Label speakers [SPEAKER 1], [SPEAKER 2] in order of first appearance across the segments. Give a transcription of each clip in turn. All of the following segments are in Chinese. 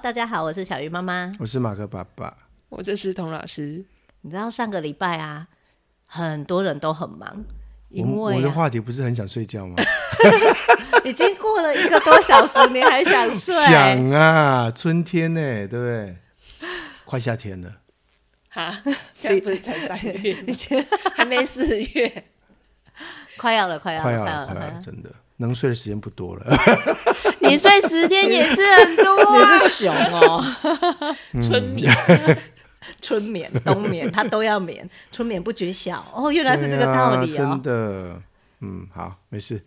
[SPEAKER 1] 大家好，我是小鱼妈妈。
[SPEAKER 2] 我是马克爸爸，
[SPEAKER 3] 我这是童老师，
[SPEAKER 1] 你知道上个礼拜啊，很多人都很忙，
[SPEAKER 2] 我
[SPEAKER 1] 因
[SPEAKER 2] 们我
[SPEAKER 1] 为、
[SPEAKER 2] 们的
[SPEAKER 1] 啊、
[SPEAKER 2] 话题不是很想睡觉吗？
[SPEAKER 1] 已经过了一个多小时，你还想睡？
[SPEAKER 2] 想啊，春天呢、对不对？快夏天了，
[SPEAKER 3] 哈，现在不是才三月吗， 还没四月，
[SPEAKER 1] 快要了，快要了，
[SPEAKER 2] 快要
[SPEAKER 1] 啊快
[SPEAKER 2] 了，
[SPEAKER 1] 了，嗯
[SPEAKER 2] 快要了，
[SPEAKER 1] 了！
[SPEAKER 2] 真的能睡的时间不多了。
[SPEAKER 1] 你睡十天也是很多、啊， 你是熊哦，
[SPEAKER 2] 嗯
[SPEAKER 3] 春 眠。
[SPEAKER 1] 春眠、冬眠，他都要眠，春眠不觉晓。哦， 原来是这个道理
[SPEAKER 2] 对啊
[SPEAKER 1] 哦
[SPEAKER 2] 真。的。嗯，好，没事。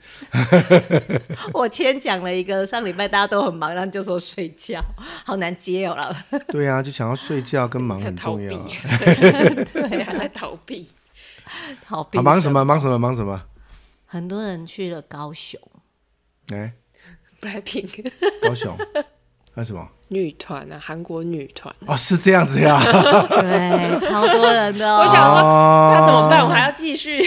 [SPEAKER 1] 我先讲了一个上礼拜大家都很忙，然后你就说睡觉，好难接哦了。
[SPEAKER 2] 对啊，就想要睡觉 跟忙很重要啊。
[SPEAKER 3] 对，啊还在逃避。
[SPEAKER 1] 好，
[SPEAKER 2] 啊，忙什？么？忙什么？忙什么？
[SPEAKER 1] 很多人去了高雄，
[SPEAKER 2] 哎、
[SPEAKER 3] Blackpink
[SPEAKER 2] 高雄， 还有什么？
[SPEAKER 3] 女团啊，韩国女团，
[SPEAKER 2] 哦，是这样子呀。
[SPEAKER 1] 对，超多人的、哦。
[SPEAKER 3] 我想说
[SPEAKER 2] 哦
[SPEAKER 3] 那怎么办？我还要继 续。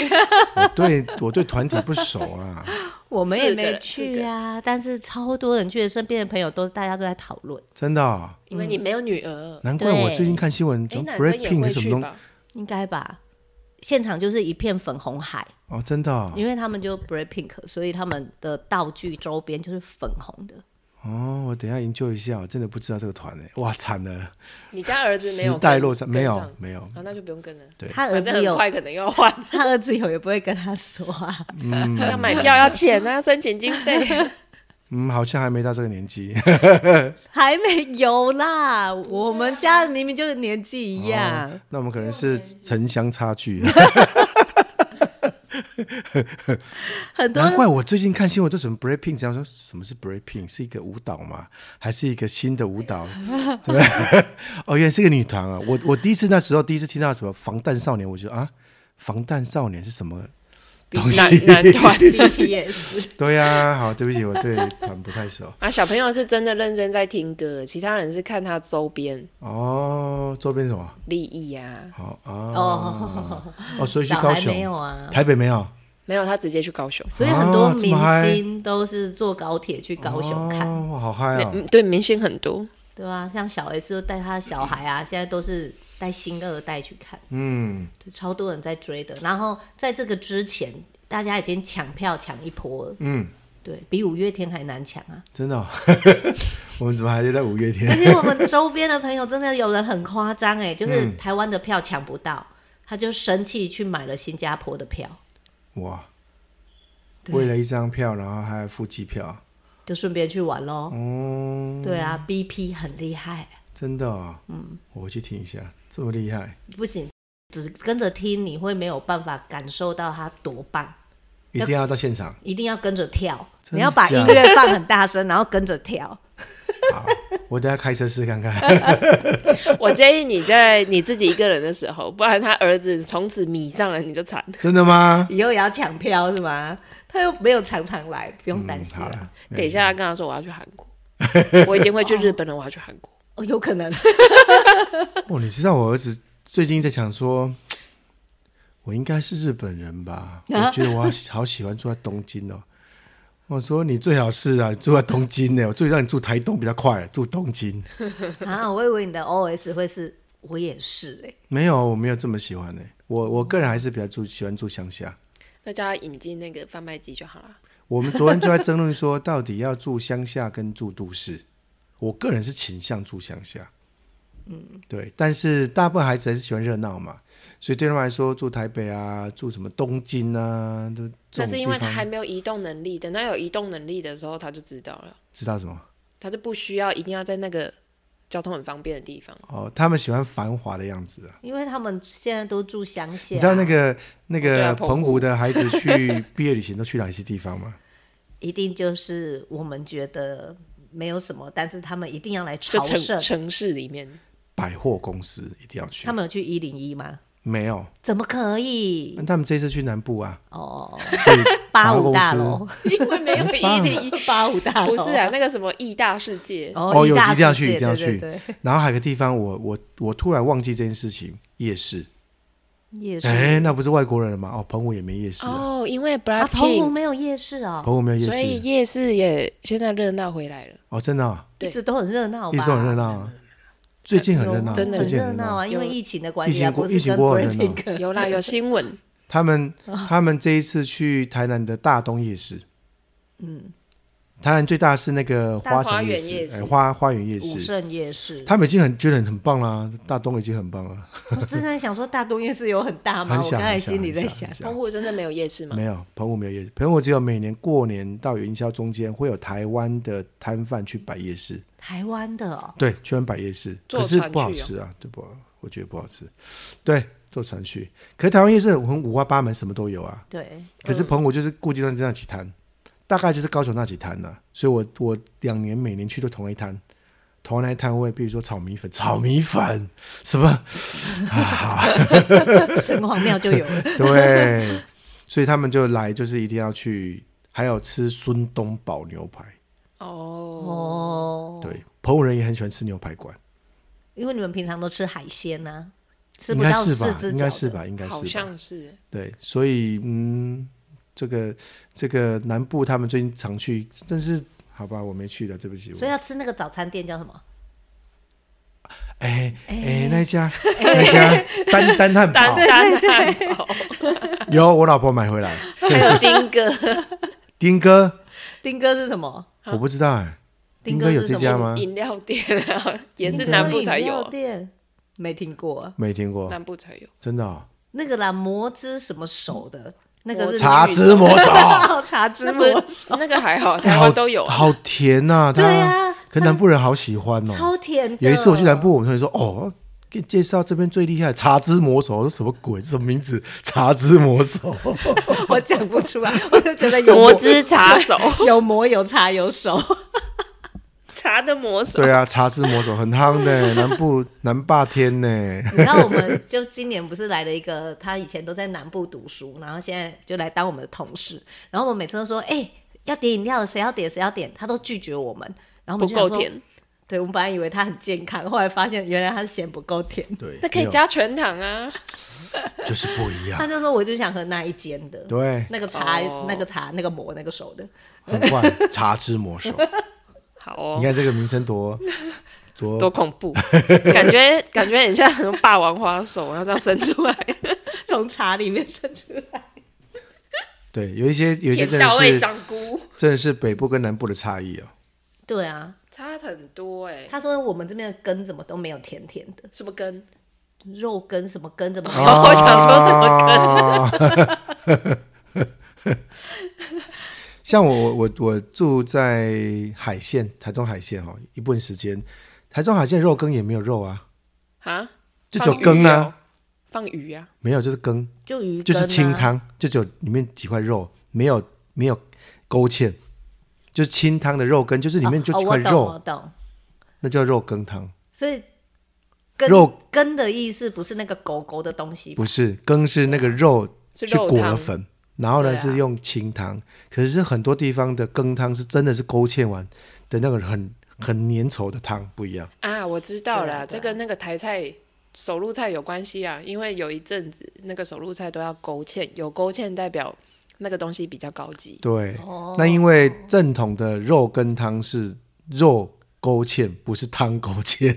[SPEAKER 2] 我对我对团体不熟啊。
[SPEAKER 1] 我们也
[SPEAKER 3] 四个
[SPEAKER 1] 没
[SPEAKER 3] 人四
[SPEAKER 1] 去
[SPEAKER 3] 个
[SPEAKER 1] 啊，但是超多人去的，身边的朋友都大家都在讨论，
[SPEAKER 2] 真的哦、
[SPEAKER 3] 因为你没有女儿，
[SPEAKER 2] 难怪我最近看新闻
[SPEAKER 3] 哎，男生也
[SPEAKER 2] ，Blackpink
[SPEAKER 3] 会
[SPEAKER 2] 是什
[SPEAKER 3] 去
[SPEAKER 2] 么东
[SPEAKER 3] 吧？
[SPEAKER 1] 应该吧？现场就是一片粉红海，
[SPEAKER 2] 哦，真的哦、
[SPEAKER 1] 因为他们就 Break Pink，所以他们的道具周边就是粉红的。
[SPEAKER 2] 哦，我等一下研究一下，我真的不知道这个团哎，哇，惨了，
[SPEAKER 3] 你家儿子没有
[SPEAKER 2] 时代
[SPEAKER 3] 跟
[SPEAKER 2] 落差，没
[SPEAKER 3] 跟上
[SPEAKER 2] 有没有，
[SPEAKER 3] 啊，那就不用跟了。
[SPEAKER 2] 对
[SPEAKER 1] 他儿
[SPEAKER 3] 反
[SPEAKER 1] 子
[SPEAKER 3] 正很
[SPEAKER 1] 有，
[SPEAKER 3] 快可能要换，
[SPEAKER 1] 他儿子有也不会跟他说啊。
[SPEAKER 3] 要买票要钱啊，申请经费。
[SPEAKER 2] 嗯，好像还没到这个年纪，
[SPEAKER 1] 还没有啦，我们家明明就是年纪一样。
[SPEAKER 3] 啊 哦
[SPEAKER 2] 那我们可能是城乡差距。啊
[SPEAKER 1] 很多
[SPEAKER 2] 难
[SPEAKER 1] 人
[SPEAKER 2] 怪我最近看新闻都什么 breaking，这样说什么是 breaking？是一个舞蹈吗？还是一个新的舞 蹈？对， 哦，原来是个女团啊！我我第一次那时候第一次听到什么防弹少年，我觉得啊，防弹少年是什么 东西？
[SPEAKER 3] 男男团
[SPEAKER 1] BTS
[SPEAKER 2] 对呀、好，对不起，我对团不太熟。
[SPEAKER 3] 啊，小朋友是真的认真在听歌，其他人是看他周边
[SPEAKER 2] 哦，周边是什么？
[SPEAKER 3] 利益啊。
[SPEAKER 2] 好哦
[SPEAKER 1] 哦，
[SPEAKER 2] 哦，所以去
[SPEAKER 1] 早
[SPEAKER 2] 高
[SPEAKER 1] 还
[SPEAKER 2] 雄
[SPEAKER 1] 没有啊，
[SPEAKER 2] 台北没有
[SPEAKER 3] 没有，他直接去高雄。
[SPEAKER 1] 所以很多
[SPEAKER 2] 啊这
[SPEAKER 1] 明
[SPEAKER 2] 么嗨
[SPEAKER 1] 星都是坐高铁去高雄看。
[SPEAKER 2] 哦，哇好嗨哦！
[SPEAKER 3] 嗯，对，明星很多。
[SPEAKER 1] 对啊，像小 S 就带他的小孩啊，现在都是带新二代去看，
[SPEAKER 2] 嗯，
[SPEAKER 1] 对超多人在追的。然后在这个之前，大家已经抢票抢一波了，
[SPEAKER 2] 嗯，
[SPEAKER 1] 对比五月天还难抢啊。
[SPEAKER 2] 真的哦， 我们怎么还是在五月
[SPEAKER 1] 而
[SPEAKER 2] 天？
[SPEAKER 1] 且我们周边的朋友真的有人很夸张哎，就是台湾的票抢不到，他就生气去买了新加坡的票，
[SPEAKER 2] 哇，为了一张票，然后还要付机票，
[SPEAKER 1] 就顺便去玩喽。
[SPEAKER 2] 哦，
[SPEAKER 1] 对啊，BP 很厉害，啊
[SPEAKER 2] 真的哦，嗯，我回去听一下，这么厉害，
[SPEAKER 1] 不行，只跟着听你会没有办法感受到他多棒。
[SPEAKER 2] 一定要到现场。
[SPEAKER 1] 一定要跟着跳，
[SPEAKER 2] 真的
[SPEAKER 1] 你要把
[SPEAKER 2] 假
[SPEAKER 1] 音
[SPEAKER 2] 的
[SPEAKER 1] 乐放很大声，然后跟着跳。
[SPEAKER 2] 好，我等下开车试看看。
[SPEAKER 3] 我建议你在你自己一个人的时候，不然他儿子从此迷上了，你 就惨了。
[SPEAKER 2] 真 的吗？
[SPEAKER 1] 以后也要抢票是吗？他又没有常常来，不用担
[SPEAKER 2] 嗯，
[SPEAKER 1] 心
[SPEAKER 2] 好
[SPEAKER 1] 啊。
[SPEAKER 2] 了，
[SPEAKER 3] 等一下，跟他说我要去韩国，我已经会去日本了，我要去韩国。
[SPEAKER 1] 哦，有可能
[SPEAKER 2] 哦，你知道我儿子最近在想说，我应该是日本人吧？我觉得我好喜好喜欢住在东京哦。我说你最好是啊，你住在东京呢，我最让你住台东比较快，住东京。
[SPEAKER 1] 啊！我以为你的 OS 会是我也是哎、
[SPEAKER 2] 没有，我没有这么喜欢呢。我我个人还是比较住喜欢住乡下。
[SPEAKER 3] 那叫他引进那个贩卖机就好了。
[SPEAKER 2] 我们昨天就在争论说，到底要住乡下跟住都市。我个人是倾向住乡下，嗯，对。但是大部分孩子还是喜欢热闹嘛，所以对他们来说，住台北啊，住什么东京啊，都这种
[SPEAKER 3] 那是
[SPEAKER 2] 地
[SPEAKER 3] 因为
[SPEAKER 2] 方
[SPEAKER 3] 他还没有移动能力，等他有移动能力的时候，他就知道了，
[SPEAKER 2] 知道什么
[SPEAKER 3] 他就不需要一定要在那个交通很方便的地方。
[SPEAKER 2] 哦，他们喜欢繁华的样子啊。
[SPEAKER 1] 因为他们现在都住乡下，
[SPEAKER 2] 你知道那个那
[SPEAKER 3] 啊对
[SPEAKER 2] 个
[SPEAKER 3] 啊澎湖
[SPEAKER 2] 澎湖的孩子去毕业旅行都去哪些地 方吗？
[SPEAKER 1] 一定就是我们觉得没有什么，但是他们一定要来
[SPEAKER 3] 就
[SPEAKER 1] 朝
[SPEAKER 3] 城
[SPEAKER 1] 圣。
[SPEAKER 3] 城市里面，
[SPEAKER 2] 百货公司一定要去
[SPEAKER 1] 他，们有去一零一吗？
[SPEAKER 2] 没有，
[SPEAKER 1] 怎么可以？
[SPEAKER 2] 他们这次去南部啊，
[SPEAKER 1] 哦，
[SPEAKER 2] 所以
[SPEAKER 1] 八
[SPEAKER 2] 百货
[SPEAKER 1] 五
[SPEAKER 2] 公
[SPEAKER 1] 大
[SPEAKER 2] 司
[SPEAKER 1] 楼，
[SPEAKER 3] 因为没有一零一，
[SPEAKER 1] 八五大楼
[SPEAKER 3] 不是啊，那个什么义大世界，
[SPEAKER 2] 哦有
[SPEAKER 1] 大
[SPEAKER 2] 一定要
[SPEAKER 1] 世
[SPEAKER 2] 去
[SPEAKER 1] 界
[SPEAKER 2] 一定要
[SPEAKER 1] 对对对
[SPEAKER 2] 然后还有个地方我，我我突然忘记这件事情，夜市。
[SPEAKER 1] 夜市。
[SPEAKER 2] 哎、那不是外国人了吗？哦，澎湖也没夜市、啊，
[SPEAKER 3] 哦，因为
[SPEAKER 1] 啊，澎湖
[SPEAKER 3] Blackpink，、
[SPEAKER 1] 没有夜市哦，
[SPEAKER 2] 澎湖没有夜
[SPEAKER 3] 所以
[SPEAKER 2] 市
[SPEAKER 3] 夜市也现在热闹 回来了。
[SPEAKER 2] 哦，真的、啊，
[SPEAKER 1] 一直都很热闹吧？
[SPEAKER 2] 一直都很热闹啊，最近很热闹，
[SPEAKER 3] 真的
[SPEAKER 2] 最
[SPEAKER 1] 很
[SPEAKER 2] 近
[SPEAKER 1] 热闹
[SPEAKER 2] 闹
[SPEAKER 1] 啊，因为
[SPEAKER 3] 有
[SPEAKER 1] 疫情的关系啊，
[SPEAKER 2] 疫情过
[SPEAKER 1] 不是
[SPEAKER 2] 疫情
[SPEAKER 1] 跟
[SPEAKER 2] 过很热闹
[SPEAKER 1] Breaking
[SPEAKER 3] 有啦，有 新闻，
[SPEAKER 2] 他们他们这一次去台南的大东夜市，嗯，台南最大是那个花
[SPEAKER 3] 大花
[SPEAKER 2] 城
[SPEAKER 3] 园
[SPEAKER 2] 市，
[SPEAKER 3] 夜市
[SPEAKER 2] 哎花花园夜
[SPEAKER 1] 武
[SPEAKER 2] 市，
[SPEAKER 1] 圣夜市。
[SPEAKER 2] 他们已经很觉得很很棒啦，大东已经很棒了，
[SPEAKER 1] 我正在想说大东夜市有很大吗？
[SPEAKER 2] 很
[SPEAKER 1] 我刚
[SPEAKER 2] 想
[SPEAKER 1] 才
[SPEAKER 2] 很想
[SPEAKER 1] 心里在
[SPEAKER 2] 很
[SPEAKER 1] 想
[SPEAKER 2] 很，
[SPEAKER 3] 澎湖真的没有夜市吗？
[SPEAKER 2] 没有澎湖没有夜市，澎湖只有每年过年到元宵中间会有台湾的摊贩去摆夜市，
[SPEAKER 1] 台湾的哦，
[SPEAKER 2] 对，居然摆夜市，
[SPEAKER 3] 坐
[SPEAKER 2] 可是
[SPEAKER 3] 船
[SPEAKER 2] 不好
[SPEAKER 3] 去哦
[SPEAKER 2] 吃啊，对不？我觉得不好吃，对，坐船去，可是台湾夜市很五花八门，什么都有啊，
[SPEAKER 1] 对，
[SPEAKER 2] 可是澎湖就是顾计算这样几摊，大概就是高雄那几摊了、所以我我两年每年去都同一摊，同一摊位，比如说炒米粉，炒米粉什么，
[SPEAKER 1] 城隍庙就有了。
[SPEAKER 2] 对，所以他们就来就是一定要去，还有吃孙东宝牛排，
[SPEAKER 3] 哦，
[SPEAKER 1] 哦，
[SPEAKER 2] 对，澎湖人也很喜欢吃牛排馆，
[SPEAKER 1] 因为你们平常都吃海鲜呐，吃
[SPEAKER 2] 应
[SPEAKER 1] 不
[SPEAKER 2] 该
[SPEAKER 1] 到
[SPEAKER 2] 是
[SPEAKER 1] 四
[SPEAKER 2] 吧？
[SPEAKER 1] 只
[SPEAKER 2] 应
[SPEAKER 1] 脚
[SPEAKER 2] 该
[SPEAKER 1] 的
[SPEAKER 2] 是吧？应哦该
[SPEAKER 3] 好
[SPEAKER 2] 是吧？
[SPEAKER 3] 像是
[SPEAKER 2] 对，所以嗯，这个这个南部他们最近常去，但是好吧，我没去了，对不起，我
[SPEAKER 1] 所以要吃那个早餐店叫什么？
[SPEAKER 2] 哎哎，那一家那一家丹丹汉堡
[SPEAKER 3] 丹丹汉 堡，
[SPEAKER 2] 有我老婆买回来，
[SPEAKER 3] 还有 丁哥，
[SPEAKER 2] 丁哥
[SPEAKER 1] 丁哥是什么？
[SPEAKER 2] 我不知道哎，
[SPEAKER 1] 丁
[SPEAKER 2] 丁
[SPEAKER 1] 哥
[SPEAKER 2] 哥
[SPEAKER 1] 是
[SPEAKER 2] 有这家吗？
[SPEAKER 3] 饮料店啊，也是
[SPEAKER 2] 丁哥
[SPEAKER 3] 南部才
[SPEAKER 1] 饮料
[SPEAKER 3] 有，啊
[SPEAKER 1] 店，没听过啊
[SPEAKER 2] 没听过，
[SPEAKER 3] 南部才有。
[SPEAKER 2] 真的哦
[SPEAKER 1] 那个啦，魔之什么手的那个
[SPEAKER 3] 魔
[SPEAKER 1] 是
[SPEAKER 2] 茶之魔手，
[SPEAKER 1] 哦， 茶之
[SPEAKER 3] 那不
[SPEAKER 1] 魔手，
[SPEAKER 3] 是那个还 好，
[SPEAKER 2] 哎
[SPEAKER 3] 台
[SPEAKER 2] 好
[SPEAKER 3] 湾都有啊。
[SPEAKER 2] 好甜呐，它
[SPEAKER 1] 对啊，
[SPEAKER 2] 可南部人好喜欢哦。
[SPEAKER 1] 超甜的。
[SPEAKER 2] 有一次我去南部，我们同学说哦。给你介绍这边最厉害的茶之魔手，我说什么鬼？这什么名字？茶之魔手，
[SPEAKER 1] 我讲不出来， 我就觉得有
[SPEAKER 3] 魔之 茶手，
[SPEAKER 1] 有魔有茶有手，
[SPEAKER 3] 茶的魔手
[SPEAKER 2] 对啊，茶之魔手很夯 呢，南部南霸天呢。
[SPEAKER 1] 你知道我们就今年不是来了一个，他以前都在南部读书，然后现在就来当我们的同事，然后我们每次都说，哎、要点饮料，谁要点谁要点，他都拒绝我们，然后我们就
[SPEAKER 3] 不
[SPEAKER 1] 想
[SPEAKER 3] 够
[SPEAKER 1] 说，
[SPEAKER 3] 甜，
[SPEAKER 1] 对我们本来以为他很健康，后来发现原来他嫌不够甜，
[SPEAKER 2] 对，
[SPEAKER 3] 那可以
[SPEAKER 2] 没有，
[SPEAKER 3] 加全糖啊。
[SPEAKER 2] 就是不一样
[SPEAKER 1] 他。就说我就想喝那一间的，
[SPEAKER 2] 对，
[SPEAKER 1] 那个茶、
[SPEAKER 3] 哦
[SPEAKER 1] 那个茶、那个魔、那个手的，
[SPEAKER 2] 很快，茶之魔 手。
[SPEAKER 3] 好
[SPEAKER 2] 你
[SPEAKER 3] 哦，
[SPEAKER 2] 看这个名声 多多
[SPEAKER 3] 多恐怖，感觉 感觉很像什么霸王花手，然后这样伸出来，
[SPEAKER 1] 从茶里面伸出来。
[SPEAKER 2] 对，有一些有一些
[SPEAKER 3] 甜
[SPEAKER 2] 真 的
[SPEAKER 3] 到位
[SPEAKER 2] 是
[SPEAKER 3] 长菇，
[SPEAKER 2] 真的是北部跟南部的差异哦。
[SPEAKER 1] 对啊，
[SPEAKER 3] 差很多哎。
[SPEAKER 1] 他说我们这边的根怎么都没有甜甜的，
[SPEAKER 3] 什么根？
[SPEAKER 1] 肉根什么根怎么没有
[SPEAKER 2] 啊
[SPEAKER 3] 哦 我想说怎
[SPEAKER 2] 么跟？ 像我我我我住在海线，台中海线哦，一部分时间，台中海线肉羹也没有肉啊，
[SPEAKER 3] 啊？
[SPEAKER 2] 就只有羹啊，
[SPEAKER 3] 放鱼啊，
[SPEAKER 2] 没有就是羹，
[SPEAKER 1] 就鱼
[SPEAKER 2] 就
[SPEAKER 1] 根啊
[SPEAKER 2] 是清汤，就只有里面几块肉，没有没有勾芡，就是清汤的肉羹，就是里面就
[SPEAKER 1] 哦
[SPEAKER 2] 几块
[SPEAKER 1] 哦
[SPEAKER 2] 肉，
[SPEAKER 1] 我懂，我懂。
[SPEAKER 2] 那叫肉羹汤。
[SPEAKER 1] 所以根
[SPEAKER 2] 肉
[SPEAKER 1] 根的意思不是那个狗狗的东西吧，
[SPEAKER 2] 不是，羹是那个肉
[SPEAKER 3] 是
[SPEAKER 2] 去
[SPEAKER 3] 肉
[SPEAKER 2] 裹了
[SPEAKER 3] 汤。
[SPEAKER 2] 粉，然后呢
[SPEAKER 3] 对啊
[SPEAKER 2] 是用清汤。可是很多地方的羹汤是真的是勾芡完的那个很很粘稠的汤不一样。
[SPEAKER 3] 啊，我知道
[SPEAKER 1] 对啊
[SPEAKER 3] 啦，
[SPEAKER 1] 对
[SPEAKER 3] 这
[SPEAKER 1] 啊
[SPEAKER 3] 跟那个台菜、手露菜有关系啊，因为有一阵子那个手露菜都要勾芡，有勾芡代表那个东西比较高级。
[SPEAKER 2] 对，
[SPEAKER 1] 哦
[SPEAKER 2] 那因为正统的肉羹汤是肉勾芡，不是汤勾芡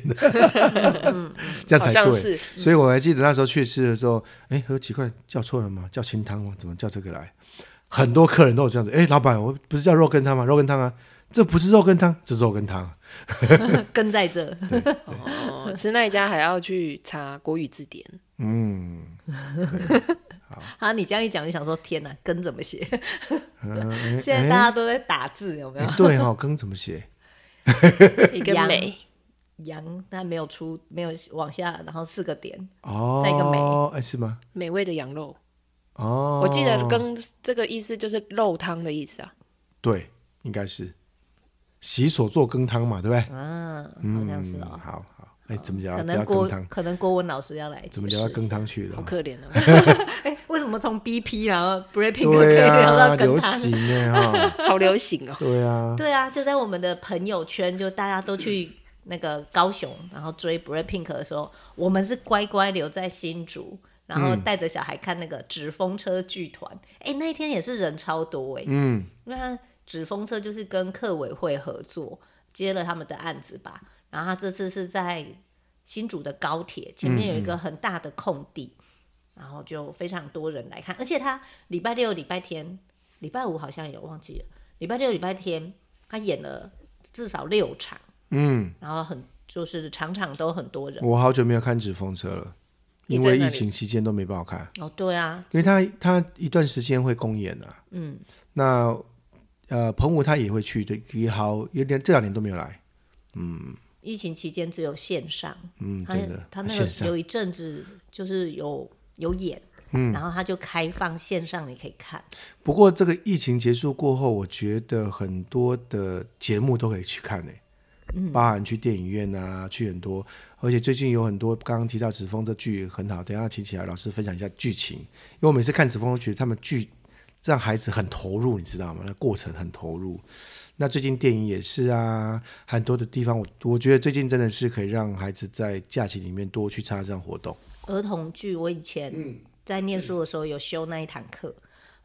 [SPEAKER 2] 这样
[SPEAKER 3] 好
[SPEAKER 2] 才
[SPEAKER 3] 像
[SPEAKER 2] 对。
[SPEAKER 3] 是
[SPEAKER 2] 所以我还记得那时候去吃的时候，哎，有奇怪，叫错了吗？叫清汤吗？怎么叫这个来？很多客人都有这样子，哎，老板，我不是叫肉羹汤吗？肉羹汤啊，这不是肉羹汤，这是肉羹汤。啊
[SPEAKER 1] 根在这。
[SPEAKER 3] 哦，吃那一家还要去查国语 字典，
[SPEAKER 2] 嗯，
[SPEAKER 1] 啊，你这样一讲，就想说天哪，根怎么写？
[SPEAKER 2] 嗯哎
[SPEAKER 1] 现在大家都在打字，有没
[SPEAKER 2] 哎
[SPEAKER 1] 有？
[SPEAKER 2] 哎对哈、哦，羹怎么写？
[SPEAKER 3] 一个
[SPEAKER 1] 羊
[SPEAKER 3] 美
[SPEAKER 1] 羊，但没有出，没有往下，然后四个点，
[SPEAKER 2] 哦，
[SPEAKER 1] 再一个
[SPEAKER 2] 哎是吗？
[SPEAKER 3] 美味的羊肉，
[SPEAKER 2] 哦，
[SPEAKER 3] 我记得跟这个意思就是肉汤的意思啊。
[SPEAKER 2] 对，应该是洗手做羹汤嘛，对不对？
[SPEAKER 1] 啊，好
[SPEAKER 2] 嗯，
[SPEAKER 1] 像是哦。
[SPEAKER 2] 好好，哎，怎么聊
[SPEAKER 1] 可
[SPEAKER 2] 到
[SPEAKER 1] 能
[SPEAKER 2] 聊
[SPEAKER 1] 郭
[SPEAKER 2] 羹汤？
[SPEAKER 1] 可能郭文老师要来
[SPEAKER 2] 怎么
[SPEAKER 1] 解释
[SPEAKER 2] 聊到
[SPEAKER 1] 一
[SPEAKER 2] 羹
[SPEAKER 1] 下？
[SPEAKER 2] 汤去了
[SPEAKER 3] 好
[SPEAKER 2] 啊？
[SPEAKER 3] 可怜哦，
[SPEAKER 1] 哎，为什么从 BP 然后 Breaking 可以
[SPEAKER 2] 对
[SPEAKER 1] 聊
[SPEAKER 2] 啊，
[SPEAKER 1] 哦到
[SPEAKER 2] 流
[SPEAKER 1] 羹汤？
[SPEAKER 2] 行哎哈，
[SPEAKER 3] 好流行哦。
[SPEAKER 2] 对啊，
[SPEAKER 1] 对啊，就在我们的朋友圈，就大家都去那个高雄，然后追 BLACKPINK 的时候，我们是乖乖留在新竹，然后带着小孩看那个纸风车剧团，哎、那一天也是人超多哎、
[SPEAKER 2] 嗯，
[SPEAKER 1] 那纸风车就是跟客委会合作接了他们的案子吧，然后他这次是在新竹的高铁前面有一个很大的空地，然后就非常多人来看，而且他礼拜六、礼拜天、礼拜五好像有忘记了，礼拜六、礼拜天他演了至少六场，
[SPEAKER 2] 嗯，
[SPEAKER 1] 然后很就是场场都很多人。
[SPEAKER 2] 我好久没有看纸风车了，
[SPEAKER 3] 你
[SPEAKER 2] 因
[SPEAKER 3] 在
[SPEAKER 2] 为
[SPEAKER 3] 哪
[SPEAKER 2] 疫
[SPEAKER 3] 里
[SPEAKER 2] 情期间都没办法看。
[SPEAKER 1] 哦，对啊，
[SPEAKER 2] 因为他他一段时间会公演啊，嗯，那呃澎湖他也会去的，也好，有点这两年都没有来，
[SPEAKER 1] 疫情期间只有线上，
[SPEAKER 2] 嗯，
[SPEAKER 1] 他
[SPEAKER 2] 真的，
[SPEAKER 1] 他那
[SPEAKER 2] 线
[SPEAKER 1] 个
[SPEAKER 2] 上
[SPEAKER 1] 有一阵子就是有有演，
[SPEAKER 2] 嗯
[SPEAKER 1] 然后他就开放线上你可以看，
[SPEAKER 2] 不过这个疫情结束过后，我觉得很多的节目都可以去看诶、包含去电影院啊，去很多，而且最近有很多刚刚提到子枫这剧很好，等一下请起来老师分享一下剧情，因为我每次看子枫都觉得他们剧让孩子很投入，你知道吗？那过程很投入。那最近电影也是啊，很多的地方我我觉得最近真的是可以让孩子在假期里面多去参加这样活动。
[SPEAKER 1] 儿童剧，我以前在念书的时候有修那一堂课。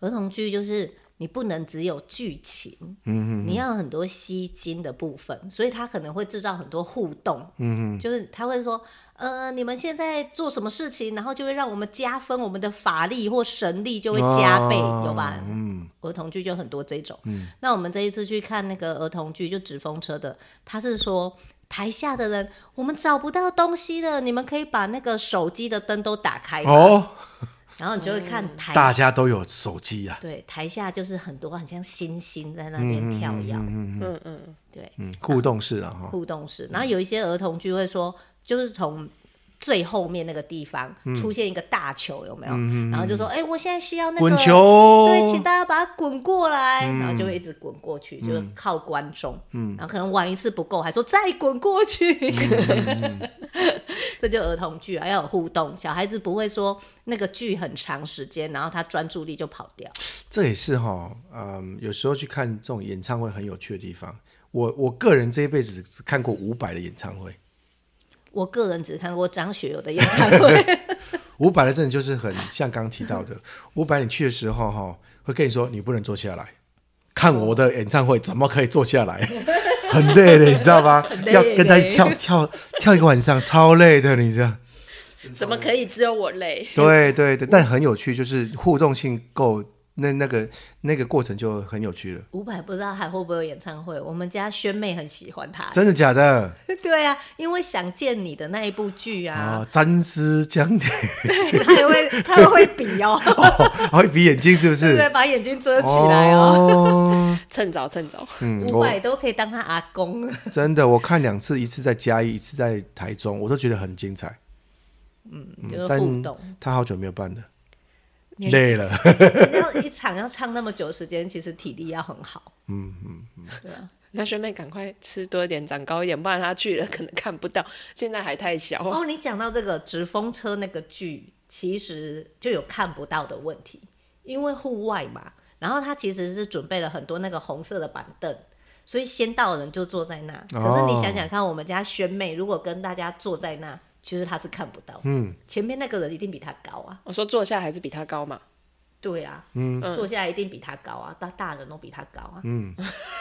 [SPEAKER 1] 儿童剧就是你不能只有剧情，你要有很多吸睛的部分，所以它可能会制造很多互动。嗯就是他会说，呃，你们现在做什么事情，然后就会让我们加分，我们的法力或神力就会加倍，
[SPEAKER 2] 哦
[SPEAKER 1] 有吧？嗯，儿童剧就很多这种。那我们这一次去看那个儿童剧，就纸风车的，他是说。台下的人，我们找不到东西了，你们可以把那个手机的灯都打开吗，
[SPEAKER 2] 哦，
[SPEAKER 1] 然后你就会
[SPEAKER 3] 嗯
[SPEAKER 1] 看台
[SPEAKER 2] 大家都有手机啊，
[SPEAKER 1] 对，台下就是很多很像星星在那边跳跃，
[SPEAKER 3] 嗯嗯，
[SPEAKER 1] 对，
[SPEAKER 2] 嗯，互动式啊哈，
[SPEAKER 1] 互动式。然后有一些儿童剧会说，就是从最后面那个地方
[SPEAKER 2] 嗯
[SPEAKER 1] 出现一个大球，有没有？然后就说，哎、我现在需要那个
[SPEAKER 2] 滚球，
[SPEAKER 1] 对，请大家把它滚过来，然后就会一直滚过去，就是靠观众。然后可能玩一次不够，还说再滚过去。 这就儿童剧啊，要有互动，小孩子不会说那个剧很长时间，然后他专注力就跑掉。
[SPEAKER 2] 这也是哈、嗯，有时候去看这种演唱会很有趣的地方。我我个人这一辈子只看过伍佰的演唱会，
[SPEAKER 1] 我个人只看过张学友的演唱 会，
[SPEAKER 2] 伍佰的真的就是很像刚刚提到 的，伍佰你去的时候哈、会跟你说你不能坐下来，看我的演唱会怎么可以坐下来？ 很累的，你知道吗？
[SPEAKER 1] 累
[SPEAKER 2] 要跟他
[SPEAKER 1] 嘞
[SPEAKER 2] 跳跳跳一个晚上，超累的，你知道。
[SPEAKER 3] 怎么可以只有我累？
[SPEAKER 2] 对
[SPEAKER 1] 嗯
[SPEAKER 2] 对对，但很有趣，就是互动性够，那那个那个过程就很有趣了。
[SPEAKER 1] 伍佰不知道还会不会有演唱会。我们家萱妹很喜欢他，
[SPEAKER 2] 真的假的？
[SPEAKER 1] 对啊，因为《想见你》的那一部剧啊，
[SPEAKER 2] 啊，詹丝江的，
[SPEAKER 1] 他还会他还会比 哦，
[SPEAKER 2] 哦，还会比眼睛是不
[SPEAKER 1] 对
[SPEAKER 2] 是
[SPEAKER 1] 不？对？把眼睛遮起来哦。
[SPEAKER 2] 哦。
[SPEAKER 3] 趁早趁早，
[SPEAKER 2] 嗯，
[SPEAKER 1] 伍
[SPEAKER 2] 我
[SPEAKER 1] 佰都可以当他阿公，
[SPEAKER 2] 真的我看两次，一次在嘉义，一次在台中，我都觉得很精彩。
[SPEAKER 1] 就是
[SPEAKER 2] 但
[SPEAKER 1] 互 动。
[SPEAKER 2] 他好久没有办了，
[SPEAKER 1] 你
[SPEAKER 2] 累了。
[SPEAKER 1] 要一场要唱那么久时间，其实体力要很好。嗯啊
[SPEAKER 3] 那学妹赶快吃多一点，长高一点，不然她去了可能看不到。现在还太小，
[SPEAKER 1] 哦，你讲到这个直风车那个剧，其实就有看不到的问题，因为户外嘛，然后他其实是准备了很多那个红色的板凳。所以先到的人就坐在那，可是你想想看，我们家萱妹如果跟大家坐在那，其实她是看不到的。嗯，前面那个人一定比她高啊。
[SPEAKER 3] 我说坐下还是比她高嘛。
[SPEAKER 1] 对啊，嗯，坐下来一定比她高啊，大大人都比她高啊，嗯，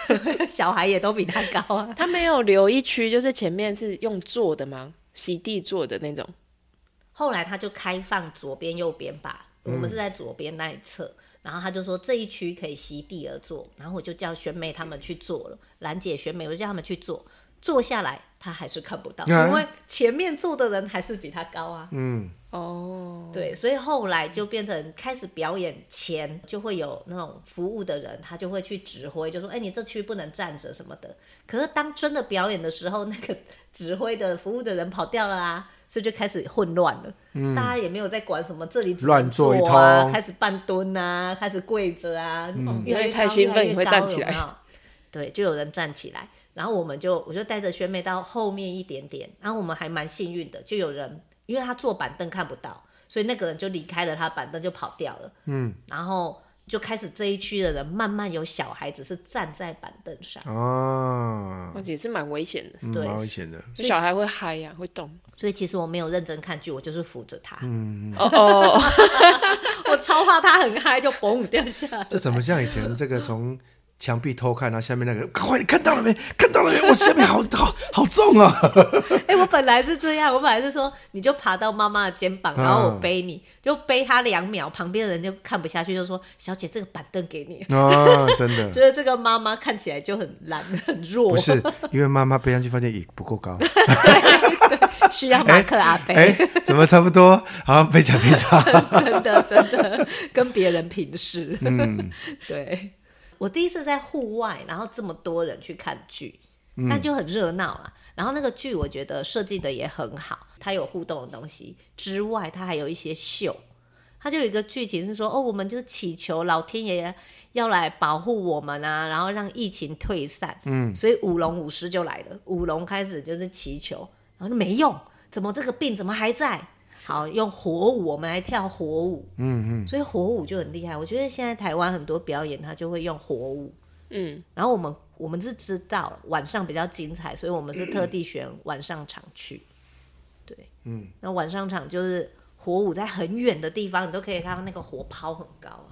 [SPEAKER 1] 小孩也都比她高啊。
[SPEAKER 3] 她没有留一区，就是前面是用坐的吗？席地坐的那种。
[SPEAKER 1] 后来他就开放左边、右边吧，我们是在左边那一侧。然后他就说这一区可以席地而坐，然后我就叫选美他们去做了，兰姐、选美，我就叫他们去做，坐下来他还是看不到，
[SPEAKER 2] 啊
[SPEAKER 1] 因为前面坐的人还是比他高啊。
[SPEAKER 2] 嗯，
[SPEAKER 3] 哦，
[SPEAKER 1] 对，所以后来就变成开始表演前就会有那种服务的人，他就会去指挥，就说：“哎、你这区不能站着什么的。”可是当真的表演的时候，那个指挥的服务的人跑掉了啊， 所以就开始混乱了。大家也没有在管什么这里只能
[SPEAKER 2] 嗯乱
[SPEAKER 1] 坐
[SPEAKER 2] 坐一
[SPEAKER 1] 啊，
[SPEAKER 2] 通
[SPEAKER 1] 开始半蹲啊，开始跪着啊，哦
[SPEAKER 3] 因
[SPEAKER 1] 越来
[SPEAKER 3] 为
[SPEAKER 1] 越
[SPEAKER 3] 太
[SPEAKER 1] 高
[SPEAKER 3] 兴
[SPEAKER 1] 越来
[SPEAKER 3] 奋
[SPEAKER 1] 越
[SPEAKER 3] 你会
[SPEAKER 1] 高
[SPEAKER 3] 站起
[SPEAKER 1] 有没
[SPEAKER 3] 来
[SPEAKER 1] 有对，就有人站起来，然后我们就我就带着学妹到后面一点点，然后我们还蛮幸运的，就有人因为他坐板凳看不到，所以那个人就离开了他的板凳就跑掉了，嗯，然后就开始这一区的人慢慢有小孩子是站在板凳上，
[SPEAKER 2] 啊，
[SPEAKER 3] 也是蛮危险的，
[SPEAKER 2] 嗯
[SPEAKER 1] 对
[SPEAKER 2] 蛮危险的。
[SPEAKER 1] 所以
[SPEAKER 3] 小孩会嗨呀、会动。
[SPEAKER 1] 所以其实我没有认真看剧，我就是扶着他，
[SPEAKER 3] 哦哦，
[SPEAKER 1] 我超怕他很嗨就嘣掉下来。
[SPEAKER 2] 这怎么像以前这个从墙壁偷看，然后下面那个，快，你看到了没？看到了没？我下面好好好重 啊！
[SPEAKER 1] 哎、我本来是这样，我本来是说你就爬到妈妈的肩膀，
[SPEAKER 2] 嗯
[SPEAKER 1] 然后我背你，就背她两秒，旁边的人就看不下去，就说：“小姐，这个板凳给你。
[SPEAKER 2] 啊，真”的
[SPEAKER 1] 觉得这个妈妈看起来就很懒、很弱
[SPEAKER 2] 不，是，因为妈妈背上去发现也不够高。
[SPEAKER 1] 需要马克阿贝，
[SPEAKER 2] 哎，怎么差不多？好像被讲被差。
[SPEAKER 1] 真的真的跟别人平视。 对，我第一次在户外，然后这么多人去看剧，但就很热闹啦。然后那个剧我觉得设计的也很好，它有互动的东西之外，它还有一些秀。它就有一个剧情是说，哦，我们就祈求老天爷要来保护我们啊，然后让疫情退散。嗯，所以舞龙舞狮就来了，舞龙开始就是祈求，然后就没用，怎么这个病怎么还在？好，用火舞，我们来跳火舞。嗯嗯，所以火舞就很厉害。我觉得现在台湾很多表演，它就会用火舞。
[SPEAKER 3] 嗯，
[SPEAKER 1] 然后我们我们是知道晚上比较精彩，所以我们是特地选晚上场去。对，嗯，那晚上场就是火舞在很远的地方，你都可以看到那个火抛很高啊。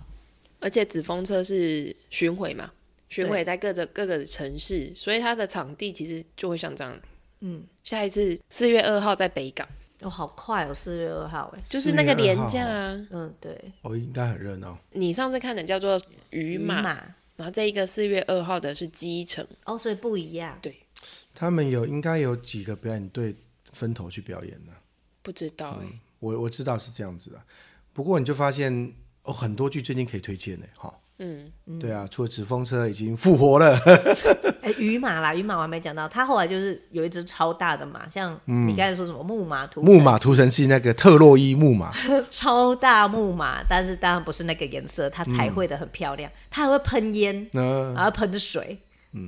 [SPEAKER 3] 而且纸风车是巡回嘛，巡
[SPEAKER 1] 对
[SPEAKER 3] 回在各个各个城市，所以它的场地其实就会像这样。嗯，下一次四月二号在北港，
[SPEAKER 1] 哦，好快哦，四月二号哎，
[SPEAKER 3] 就是那个
[SPEAKER 2] 4月2
[SPEAKER 3] 廉
[SPEAKER 2] 号
[SPEAKER 3] 价啊。
[SPEAKER 1] 嗯，对，
[SPEAKER 2] 哦，应该很热闹。
[SPEAKER 3] 你上次看的叫做鱼马，
[SPEAKER 1] 马
[SPEAKER 3] 然后这一个四月二号的是基层，
[SPEAKER 1] 哦，所以不一样。
[SPEAKER 2] 他们有应该有几个表演队分头去表演呢、
[SPEAKER 3] 不知道
[SPEAKER 2] 嗯
[SPEAKER 3] 哎、
[SPEAKER 2] 我我知道是这样子的，不过你就发现哦，很多剧最近可以推荐呢，哈。
[SPEAKER 3] 嗯，
[SPEAKER 2] 对啊，除了纸风车已经复活了，
[SPEAKER 1] 哎，鱼马啦，鱼马我还没讲到，它后来就是有一只超大的马，像你刚才说什么嗯木马图，
[SPEAKER 2] 木马屠城记那个特洛伊木马，
[SPEAKER 1] 超大木马，但是当然不是那个颜色，它彩绘的很漂亮，它还会喷烟。
[SPEAKER 2] 那
[SPEAKER 1] 然后喷水，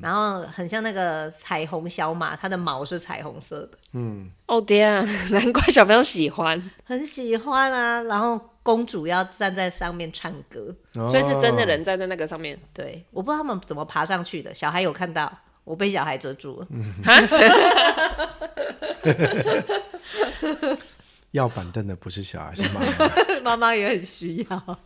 [SPEAKER 1] 然后很像那个彩虹小马，它的毛是彩虹色的，
[SPEAKER 3] 哦天啊， 难怪小朋友喜欢，
[SPEAKER 1] 很喜欢啊。然后公主要站在上面唱歌，
[SPEAKER 3] 所以是真的
[SPEAKER 2] 哦
[SPEAKER 3] 人站在那个上面。
[SPEAKER 1] 对，我不知道他们怎么爬上去的，小孩有看到，我被小孩遮住了。
[SPEAKER 2] 要板凳的不是小孩，是妈妈。
[SPEAKER 1] 妈妈也很需 要。